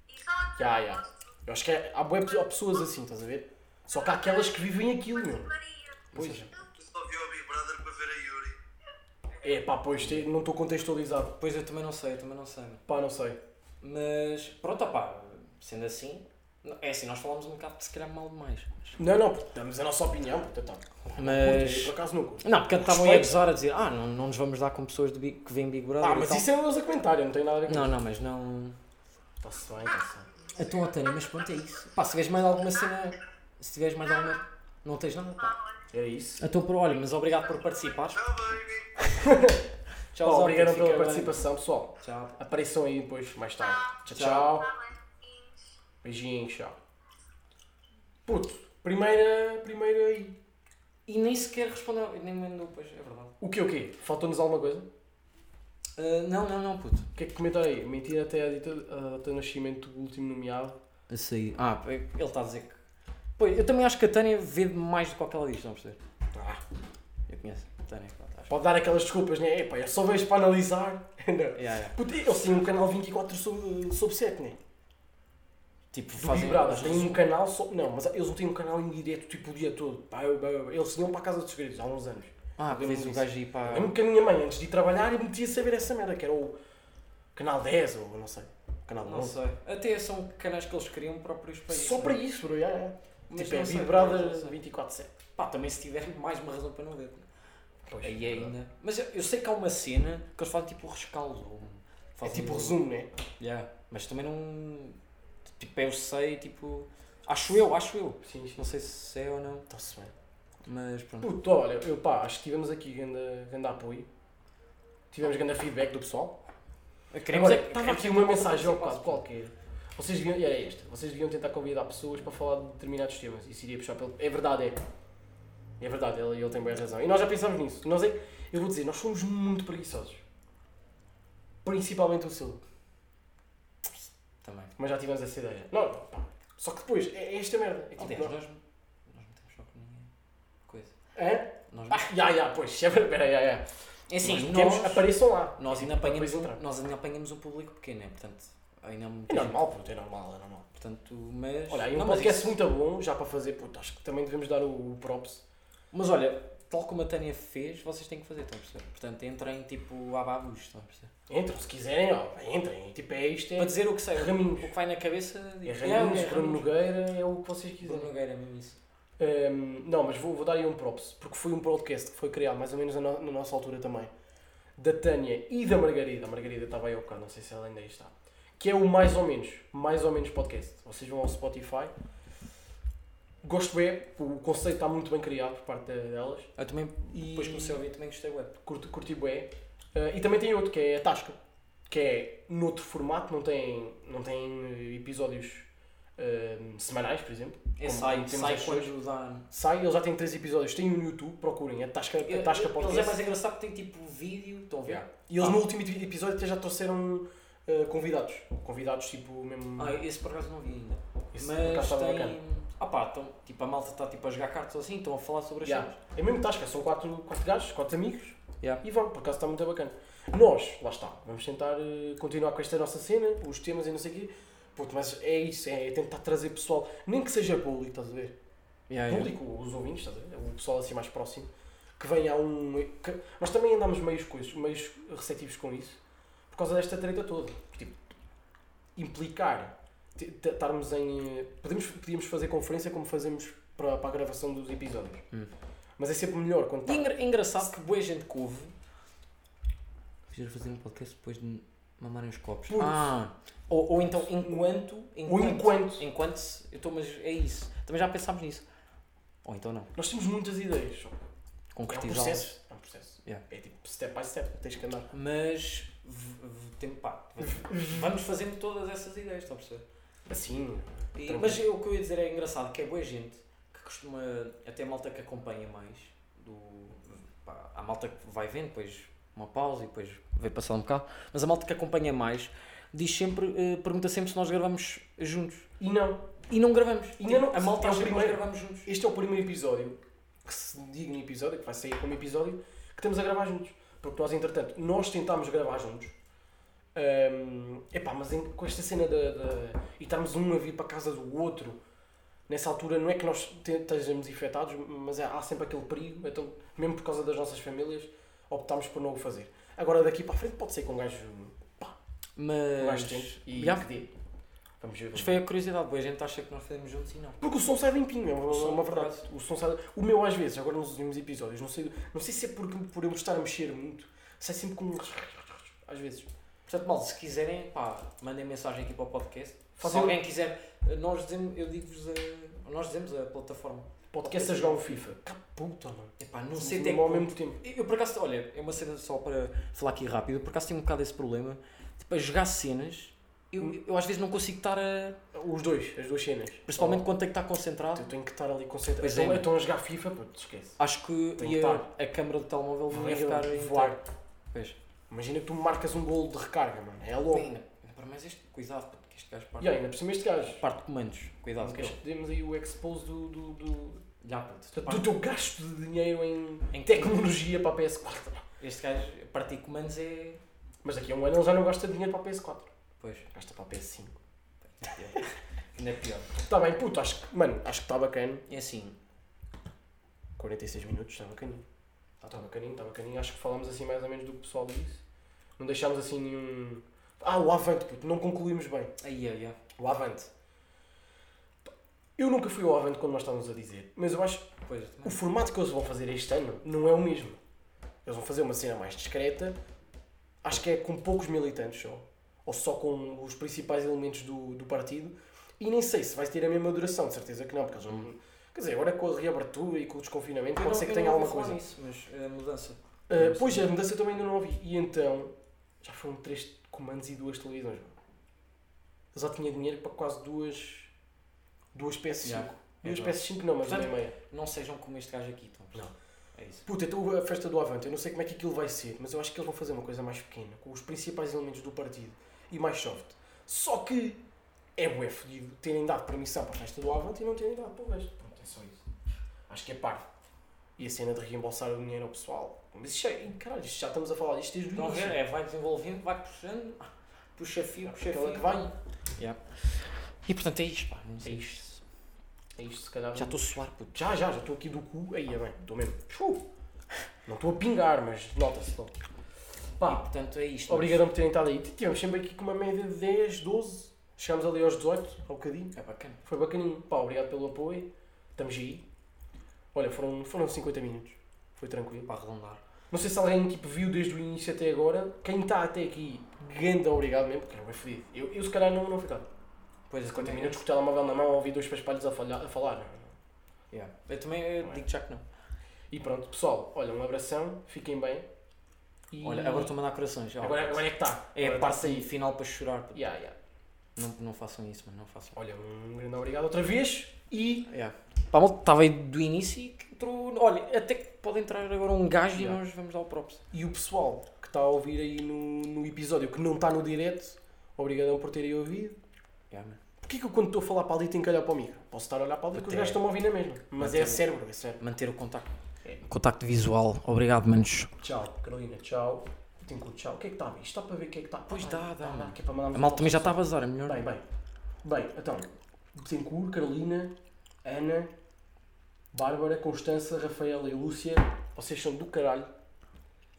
Speaker 3: E só antes
Speaker 1: Já, já. Eu acho que é- há bué pe- há pessoas assim, estás a ver? Só que há aquelas que vivem aquilo, meu.
Speaker 3: Maria.
Speaker 1: Pois.
Speaker 3: Eu
Speaker 4: Tu só viu o Big Brother para ver a Yuri.
Speaker 1: É pá, pois, te- não estou contextualizado.
Speaker 2: Pois eu também não sei, eu também não sei.
Speaker 1: Pá, não sei.
Speaker 2: Mas pronto, opá, sendo assim. não- É assim, nós falámos um bocado de se calhar mal demais. mas-
Speaker 1: Não, não, porque damos a nossa opinião, portanto, tá. Eu,
Speaker 2: Mas.
Speaker 1: por acaso nunca.
Speaker 2: Não, porque estavam aí a
Speaker 1: Respeito.
Speaker 2: gozar a dizer, ah, não, não nos vamos dar com pessoas do Big, que vêm Big Brother.
Speaker 1: Ah,
Speaker 2: e
Speaker 1: mas
Speaker 2: tal."
Speaker 1: isso é um a comentário, não tem nada a ver com
Speaker 2: Não, não, mas não.
Speaker 1: Está-se bem, está-se bem.
Speaker 2: Então, Otânia, mas pronto, é isso. Pá, se tiveres mais alguma cena. Se tiveres mais alguma. Não tens nada, pá.
Speaker 1: Era isso.
Speaker 2: Então, por olha, mas obrigado por participares.
Speaker 4: Tchau, baby!
Speaker 2: Tchau,
Speaker 1: Pá,
Speaker 2: Zé,
Speaker 1: obrigado
Speaker 2: Então, fica
Speaker 1: pela
Speaker 2: bem.
Speaker 1: participação, pessoal.
Speaker 2: Tchau.
Speaker 1: Apareçam aí depois, mais tarde. Tchau,
Speaker 2: Tchau.
Speaker 1: tchau.
Speaker 3: também.
Speaker 1: Beijinhos, tchau. Puto, primeira, primeira aí.
Speaker 2: E nem sequer respondeu, nem me mandou, pois, é verdade.
Speaker 1: O quê, o quê? Faltou-nos alguma coisa?
Speaker 2: Ah, não, não, não, puto.
Speaker 1: O que é que comentaram aí? Mentira até a dita, a data de nascimento do último nomeado.
Speaker 2: A sair. Ah, pá, ele está a dizer que. Pois, eu também acho que a Tânia vê mais do que o que ela diz, estão a perceber?
Speaker 1: Ah,
Speaker 2: Eu conheço a Tânia, pronto, acho.
Speaker 1: pode dar aquelas desculpas, né? Epá, eu só vejo para analisar. não.
Speaker 2: Yeah, yeah.
Speaker 1: Puto, eles têm um canal 24 sobre, sobre 7, né?
Speaker 2: Tipo,
Speaker 1: Do Big
Speaker 2: fazem.
Speaker 1: Brother, têm um canal só. Não, mas eles não têm um canal em direto tipo o dia todo. Pá, eu- eu- eles iam para a casa dos segredos há uns anos.
Speaker 2: Ah,
Speaker 1: Lembro-me
Speaker 2: vês o
Speaker 1: disso.
Speaker 2: gajo ir para.
Speaker 1: Eu lembro que um a minha mãe, antes de ir trabalhar, eu metia a saber essa merda, que era o canal 10 ou não sei. Canal
Speaker 2: Não
Speaker 1: 11.
Speaker 2: sei. Até são canais que eles criam próprios para isso.
Speaker 1: Só
Speaker 2: não é?
Speaker 1: para isso, bro. já é.
Speaker 2: Mas
Speaker 1: Tipo, é
Speaker 2: não sei,
Speaker 1: Big
Speaker 2: não
Speaker 1: Brother
Speaker 2: sei.
Speaker 1: 24-7.
Speaker 2: Pá, também se tiver mais uma razão para não ver.
Speaker 1: Pois,
Speaker 2: Aí é ainda. Mas eu, eu sei que há uma cena que eles fazem tipo rescaldo.
Speaker 1: É
Speaker 2: Fazem
Speaker 1: tipo
Speaker 2: um-
Speaker 1: resumo, né?
Speaker 2: Yeah. Mas também não. Tipo, eu sei, tipo. Acho eu, acho eu.
Speaker 1: Sim, sim.
Speaker 2: Não sei se é ou não,
Speaker 1: Está-se bem.
Speaker 2: mas pronto.
Speaker 1: Puto, olha, eu pá, acho que tivemos aqui grande, grande apoio. Tivemos grande feedback do pessoal.
Speaker 2: Queremos é
Speaker 1: Agora,
Speaker 2: que-
Speaker 1: estava
Speaker 2: queremos
Speaker 1: aqui
Speaker 2: é que
Speaker 1: uma
Speaker 2: a malta
Speaker 1: mensagem ao
Speaker 2: participe.
Speaker 1: quadro qualquer. Vocês deviam, e era esta, vocês deviam tentar convidar pessoas para falar de determinados temas. Isso iria puxar pelo. É verdade, é. É verdade, ele, ele tem bem razão. E nós já pensámos nisso. Nós é, eu vou dizer, nós somos muito preguiçosos. Principalmente o Silvio.
Speaker 2: Também.
Speaker 1: Mas já tivemos essa ideia. Não, pá. Só que depois, é, é esta merda. É tipo,
Speaker 2: Aliás,
Speaker 1: nós-
Speaker 2: nós, nós não temos só com ninguém. Coisa.
Speaker 1: Hã?
Speaker 2: Nós,
Speaker 1: Ah, já, já, pois. É verdade, pera, já, já.
Speaker 2: é assim,
Speaker 1: Nós
Speaker 2: nós,
Speaker 1: temos- apareçam lá.
Speaker 2: nós, ainda apanhamos
Speaker 1: Depois
Speaker 2: um,
Speaker 1: entramos.
Speaker 2: nós ainda apanhamos um público pequeno, é? Portanto, ainda há muita
Speaker 1: É
Speaker 2: gente.
Speaker 1: normal, puto, é normal, é normal.
Speaker 2: Portanto, mas.
Speaker 1: Olha, aí um
Speaker 2: não, mas,
Speaker 1: podcast
Speaker 2: isso-
Speaker 1: muito bom, já para fazer, puto, acho que também devemos dar o, o props.
Speaker 2: mas olha, tal como a Tânia fez, vocês têm que fazer, estão a perceber? Portanto, entrem tipo a babus, estão a perceber?
Speaker 1: Entram, se quiserem, ó, entrem. Tipo, é isto, é,
Speaker 2: Para dizer o que sei, o
Speaker 1: Raminhos.
Speaker 2: que vai na cabeça.
Speaker 1: é
Speaker 2: digo,
Speaker 1: Raminhos,
Speaker 2: "Ah,
Speaker 1: Bruno Nogueira, é o que vocês
Speaker 2: Bruno
Speaker 1: quiserem.
Speaker 2: Nogueira, é mesmo isso.
Speaker 1: Ehm, não, mas vou, vou dar aí um props, porque foi um podcast que foi criado mais ou menos na, no- na nossa altura também, da Tânia e da Margarida. A Margarida estava aí ao bocado, não sei se ela ainda aí está. Que é o mais ou menos, mais ou menos podcast. Vocês vão ao Spotify. Gosto bem, o conceito está muito bem criado por parte delas.
Speaker 2: Eu também,
Speaker 1: E-
Speaker 2: depois comecei a ouvir, também gostei web.
Speaker 1: curti, curti bué. Eh, e também tem outro, que é a Tasca, que é noutro formato, não tem, não tem eh, episódios eh, semanais, por exemplo.
Speaker 2: É
Speaker 1: Como
Speaker 2: sai,
Speaker 1: temos
Speaker 2: sai
Speaker 1: as
Speaker 2: quando dá.
Speaker 1: Sai, ele já tem três episódios, tem um no YouTube, procurem, a Tasca, a
Speaker 2: Eu-
Speaker 1: Tasca
Speaker 2: eu- Eles é mais
Speaker 1: Podcast.
Speaker 2: engraçado porque tem tipo vídeo, estão a ver?
Speaker 1: Yeah. E eles
Speaker 2: Ah.
Speaker 1: no último episódio até já trouxeram eh, convidados, convidados tipo mesmo...
Speaker 2: Ah, esse por acaso não vi ainda.
Speaker 1: Esse por acaso
Speaker 2: mas
Speaker 1: estava
Speaker 2: tem.
Speaker 1: bacana.
Speaker 2: Ah pá, então, tipo, a malta está tipo, a jogar cartas ou assim, estão a falar sobre as
Speaker 1: Yeah.
Speaker 2: cenas.
Speaker 1: É mesmo Tasca, são quatro, quatro gajos, quatro amigos,
Speaker 2: Yeah.
Speaker 1: E vão, por acaso está muito bacana. Nós, lá está, vamos tentar eh, continuar com esta nossa cena, os temas e não sei o quê. Puto, mas é isso, é tentar trazer pessoal, nem que seja público, estás a ver?
Speaker 2: Yeah, yeah.
Speaker 1: Público, os ouvintes, estás a ver? O pessoal assim mais próximo, que venha a um. que- Mas também andámos meios coisas, meios receptivos com isso, por causa desta treta toda. Tipo, implicar, te- te- estarmos em. eh, Podemos, podíamos fazer conferência como fazemos para, para a gravação dos episódios. Mas é sempre melhor quando
Speaker 2: E
Speaker 1: está.
Speaker 2: engra- engraçado que boa gente que ouve. Precisas fazer um podcast depois de Mamarem os copos.
Speaker 1: Puros.
Speaker 2: Ah, ou, ou então enquanto.
Speaker 1: Ou enquanto.
Speaker 2: Enquanto. se- Eu estou, mas é isso. Também já pensámos nisso. Ou então não.
Speaker 1: Nós temos muitas ideias. só que É um
Speaker 2: Concretizá-las.
Speaker 1: processo. É um processo.
Speaker 2: Yeah.
Speaker 1: É tipo step by step, tens que andar.
Speaker 2: Mas. v- v- tem- pá, v- vamos fazendo todas essas ideias, estão a perceber?
Speaker 1: Assim.
Speaker 2: E-
Speaker 1: Tranquilo.
Speaker 2: mas o que eu ia dizer é engraçado, que é boa gente, que costuma, até a malta que acompanha mais, do, pá, a malta que vai vendo, depois uma pausa e depois vê passar um bocado, mas a malta que acompanha mais diz sempre, eh, pergunta sempre se nós gravamos juntos.
Speaker 1: E não.
Speaker 2: E não gravamos.
Speaker 1: E
Speaker 2: Tipo,
Speaker 1: não-
Speaker 2: a malta
Speaker 1: é o
Speaker 2: acha que nós
Speaker 1: primeiro.
Speaker 2: gravamos juntos.
Speaker 1: Este é o primeiro episódio, que se digna episódio, que vai sair como episódio, que estamos a gravar juntos. Porque nós, entretanto, nós tentámos gravar juntos. Hum, epá, mas em- com esta cena da, da- e estarmos um a vir para a casa do outro, nessa altura não é que nós te- estejamos infectados, mas é- há sempre aquele perigo, então, mesmo por causa das nossas famílias, optámos por não o fazer. Agora daqui para a frente pode ser com um gajo, um
Speaker 2: Mas,
Speaker 1: gajo tente e
Speaker 2: Yeah.
Speaker 1: que dê. Vamos ver.
Speaker 2: mas foi a curiosidade, boa gente acha que nós fazemos juntos e não.
Speaker 1: Porque o som sai limpinho, é uma,
Speaker 2: som,
Speaker 1: uma verdade. O, som sai... o meu, às vezes, agora nos últimos episódios, não sei, não sei se é porque, por eu estar a mexer muito, sai sempre com. um- Às vezes.
Speaker 2: Portanto, malta, se quiserem, pá, mandem mensagem aqui para o podcast. Se
Speaker 1: Façam-
Speaker 2: alguém quiser, eh, nós dizemos, eu digo-vos a, nós dizemos a plataforma.
Speaker 1: Podcast a jogar um FIFA. Cá puta, mano.
Speaker 2: Epá, não
Speaker 1: Não
Speaker 2: sei
Speaker 1: sei
Speaker 2: até que
Speaker 1: ao
Speaker 2: ponto.
Speaker 1: mesmo tempo.
Speaker 2: Eu, por acaso, olha, é uma cena só para falar aqui rápido. Eu, por acaso, tenho um bocado esse problema. Tipo, a jogar cenas, eu, eu às vezes não consigo estar a.
Speaker 1: Os dois, as duas cenas.
Speaker 2: Principalmente
Speaker 1: Oh,
Speaker 2: quando tenho que estar concentrado.
Speaker 1: Eu tenho que estar ali concentrado.
Speaker 2: Pois
Speaker 1: Então,
Speaker 2: é, mano.
Speaker 1: então a jogar FIFA, pô, te esquece.
Speaker 2: Acho que
Speaker 1: Tem que
Speaker 2: ia,
Speaker 1: estar.
Speaker 2: a câmara do telemóvel não ia
Speaker 1: Vai
Speaker 2: ficar a
Speaker 1: voar.
Speaker 2: então. Pois.
Speaker 1: Imagina que tu marcas um gol de recarga, mano. É logo.
Speaker 2: Ainda, ainda para mais este, cuidado, puto, que este gajo parte,
Speaker 1: E ainda por cima este gajo.
Speaker 2: parte de comandos. Cuidado,
Speaker 1: Não
Speaker 2: que
Speaker 1: queres que demos aí o expose do, do, do,
Speaker 2: Já, puto, tu
Speaker 1: do
Speaker 2: parte-
Speaker 1: teu gasto de dinheiro em
Speaker 2: em que
Speaker 1: tecnologia para a PS4.
Speaker 2: este gajo, partir de comandos é.
Speaker 1: Mas daqui a um ano ele já não gasta dinheiro para a PS4.
Speaker 2: Pois,
Speaker 1: Gasta para a PS5.
Speaker 2: ainda é pior.
Speaker 1: Está Tá bem, puto, acho que, mano, acho que está bacana.
Speaker 2: É assim,
Speaker 1: 46 minutos, está bacaninho. Está bacaninho, está bacaninho. Acho que falámos assim mais ou menos do que o pessoal disse. Não deixámos assim nenhum. Ah, o Avante, puto, não concluímos bem.
Speaker 2: aí, aí, aí.
Speaker 1: O Avante. Eu nunca fui ao Avante quando nós estávamos a dizer, mas eu acho que
Speaker 2: Pois,
Speaker 1: o formato que eles vão fazer este ano não é o mesmo. Eles vão fazer uma cena mais discreta, acho que é com poucos militantes só, ou só com os principais elementos do, do partido, e nem sei se vai ter a mesma duração, de certeza que não, porque eles vão. Quer dizer, agora com a reabertura e com o desconfinamento,
Speaker 2: Eu
Speaker 1: pode
Speaker 2: não-
Speaker 1: ser que
Speaker 2: eu
Speaker 1: tenha
Speaker 2: não
Speaker 1: alguma
Speaker 2: vou falar
Speaker 1: coisa.
Speaker 2: Nisso, mas a mudança.
Speaker 1: Ah, pois, a mudança também ainda não ouvi. E então, já foram três comandos e duas televisões. mano. Eu já tinha dinheiro para quase duas. duas PS5.
Speaker 2: Yeah.
Speaker 1: Duas
Speaker 2: É
Speaker 1: PS5 não, mas uma e
Speaker 2: Portanto-
Speaker 1: meia.
Speaker 2: Não sejam como este gajo aqui, então.
Speaker 1: Não.
Speaker 2: É isso.
Speaker 1: Puta, então a festa do Avante, eu não sei como é que aquilo vai ser, mas eu acho que eles vão fazer uma coisa mais pequena, com os principais elementos do partido e mais soft. Só que é bué fodido terem dado permissão para a festa do Avante e não terem dado para o resto. Pronto, é só isso. Acho que é parvo. E a cena de reembolsar o dinheiro ao pessoal. Mas isto já, caralho, isto já estamos a falar disto desde o
Speaker 2: Estão a ver?
Speaker 1: início.
Speaker 2: É, vai desenvolvendo, vai puxando, puxa fio, puxa
Speaker 1: Aquela
Speaker 2: fio.
Speaker 1: que vai.
Speaker 2: E portanto é isto, pá. Não
Speaker 1: É
Speaker 2: sei.
Speaker 1: isto. É isto, se calhar.
Speaker 2: Já estou a suar, puto.
Speaker 1: Já, já, já estou aqui do cu. Aí, é bem, estou mesmo. Pfiu. Não estou a pingar, mas nota-se logo.
Speaker 2: E
Speaker 1: Pá,
Speaker 2: portanto é isto.
Speaker 1: obrigado por terem estado aí. Tivemos sempre aqui com uma média de 10, 12. Chegámos ali aos 18, ao bocadinho.
Speaker 2: mas É bacana.
Speaker 1: Foi bacaninho. Pá, obrigado pelo apoio. Estamos aí. Olha, foram, foram 50 minutos. Foi tranquilo.
Speaker 2: Para arredondar.
Speaker 1: Não sei se alguém tipo, viu desde o início até agora. Quem está até aqui, grande obrigado mesmo, porque é bem fodido. Eu, eu se calhar não, não ficava.
Speaker 2: Pois
Speaker 1: 50 minutos com o telemóvel na mão, ouvi dois paspalhos a, falhar- a falar.
Speaker 2: Yeah. Eu também eu
Speaker 1: Não é?
Speaker 2: digo já que não.
Speaker 1: E pronto, pessoal, olha, um abração, fiquem bem. E
Speaker 2: Olha, agora estou a mandar corações. ó.
Speaker 1: agora, agora é que está.
Speaker 2: é a parte aí, final para chorar. puto.
Speaker 1: Yeah, yeah.
Speaker 2: Não, não façam isso, mano. Não façam.
Speaker 1: Olha, um grande obrigado outra vez e.
Speaker 2: Yeah. Pá, malta, estava aí do início e que entrou. Olha, até que pode entrar agora um gajo
Speaker 1: Yeah.
Speaker 2: e nós vamos dar o props.
Speaker 1: E o pessoal que está a ouvir aí no, no episódio, que não está no direto, obrigadão por terem ouvido.
Speaker 2: Yeah, man.
Speaker 1: Porquê que eu quando estou a falar para ali tenho que olhar para o micro? Posso estar a olhar para ali que os
Speaker 2: Até-
Speaker 1: gajos estão a ouvir na mesma. Mas
Speaker 2: até-
Speaker 1: é cérebro, é cérebro.
Speaker 2: Manter o contacto.
Speaker 1: É.
Speaker 2: Contacto visual. Obrigado, manos.
Speaker 1: Tchau, Carolina, tchau. Tenho que tchau. O que é que está a ver? Isto está para ver o que é que está.
Speaker 2: Pois dá, dá, mano.
Speaker 1: Que é para mandarmos
Speaker 2: A malta também já
Speaker 1: uma
Speaker 2: está a vazar, é melhor.
Speaker 1: Bem, bem. Bem, então. Betancourt, Carolina, Ana, Bárbara, Constança, Rafaela e Lúcia. Vocês são do caralho.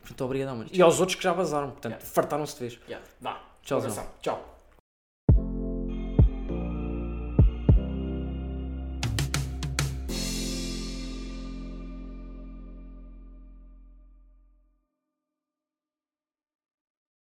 Speaker 2: Muito obrigado, mano. E aos outros que já vazaram, portanto, fartaram-se de vez.
Speaker 1: Yeah. Vá.
Speaker 2: Tchauzão.
Speaker 1: Abração. Tchau.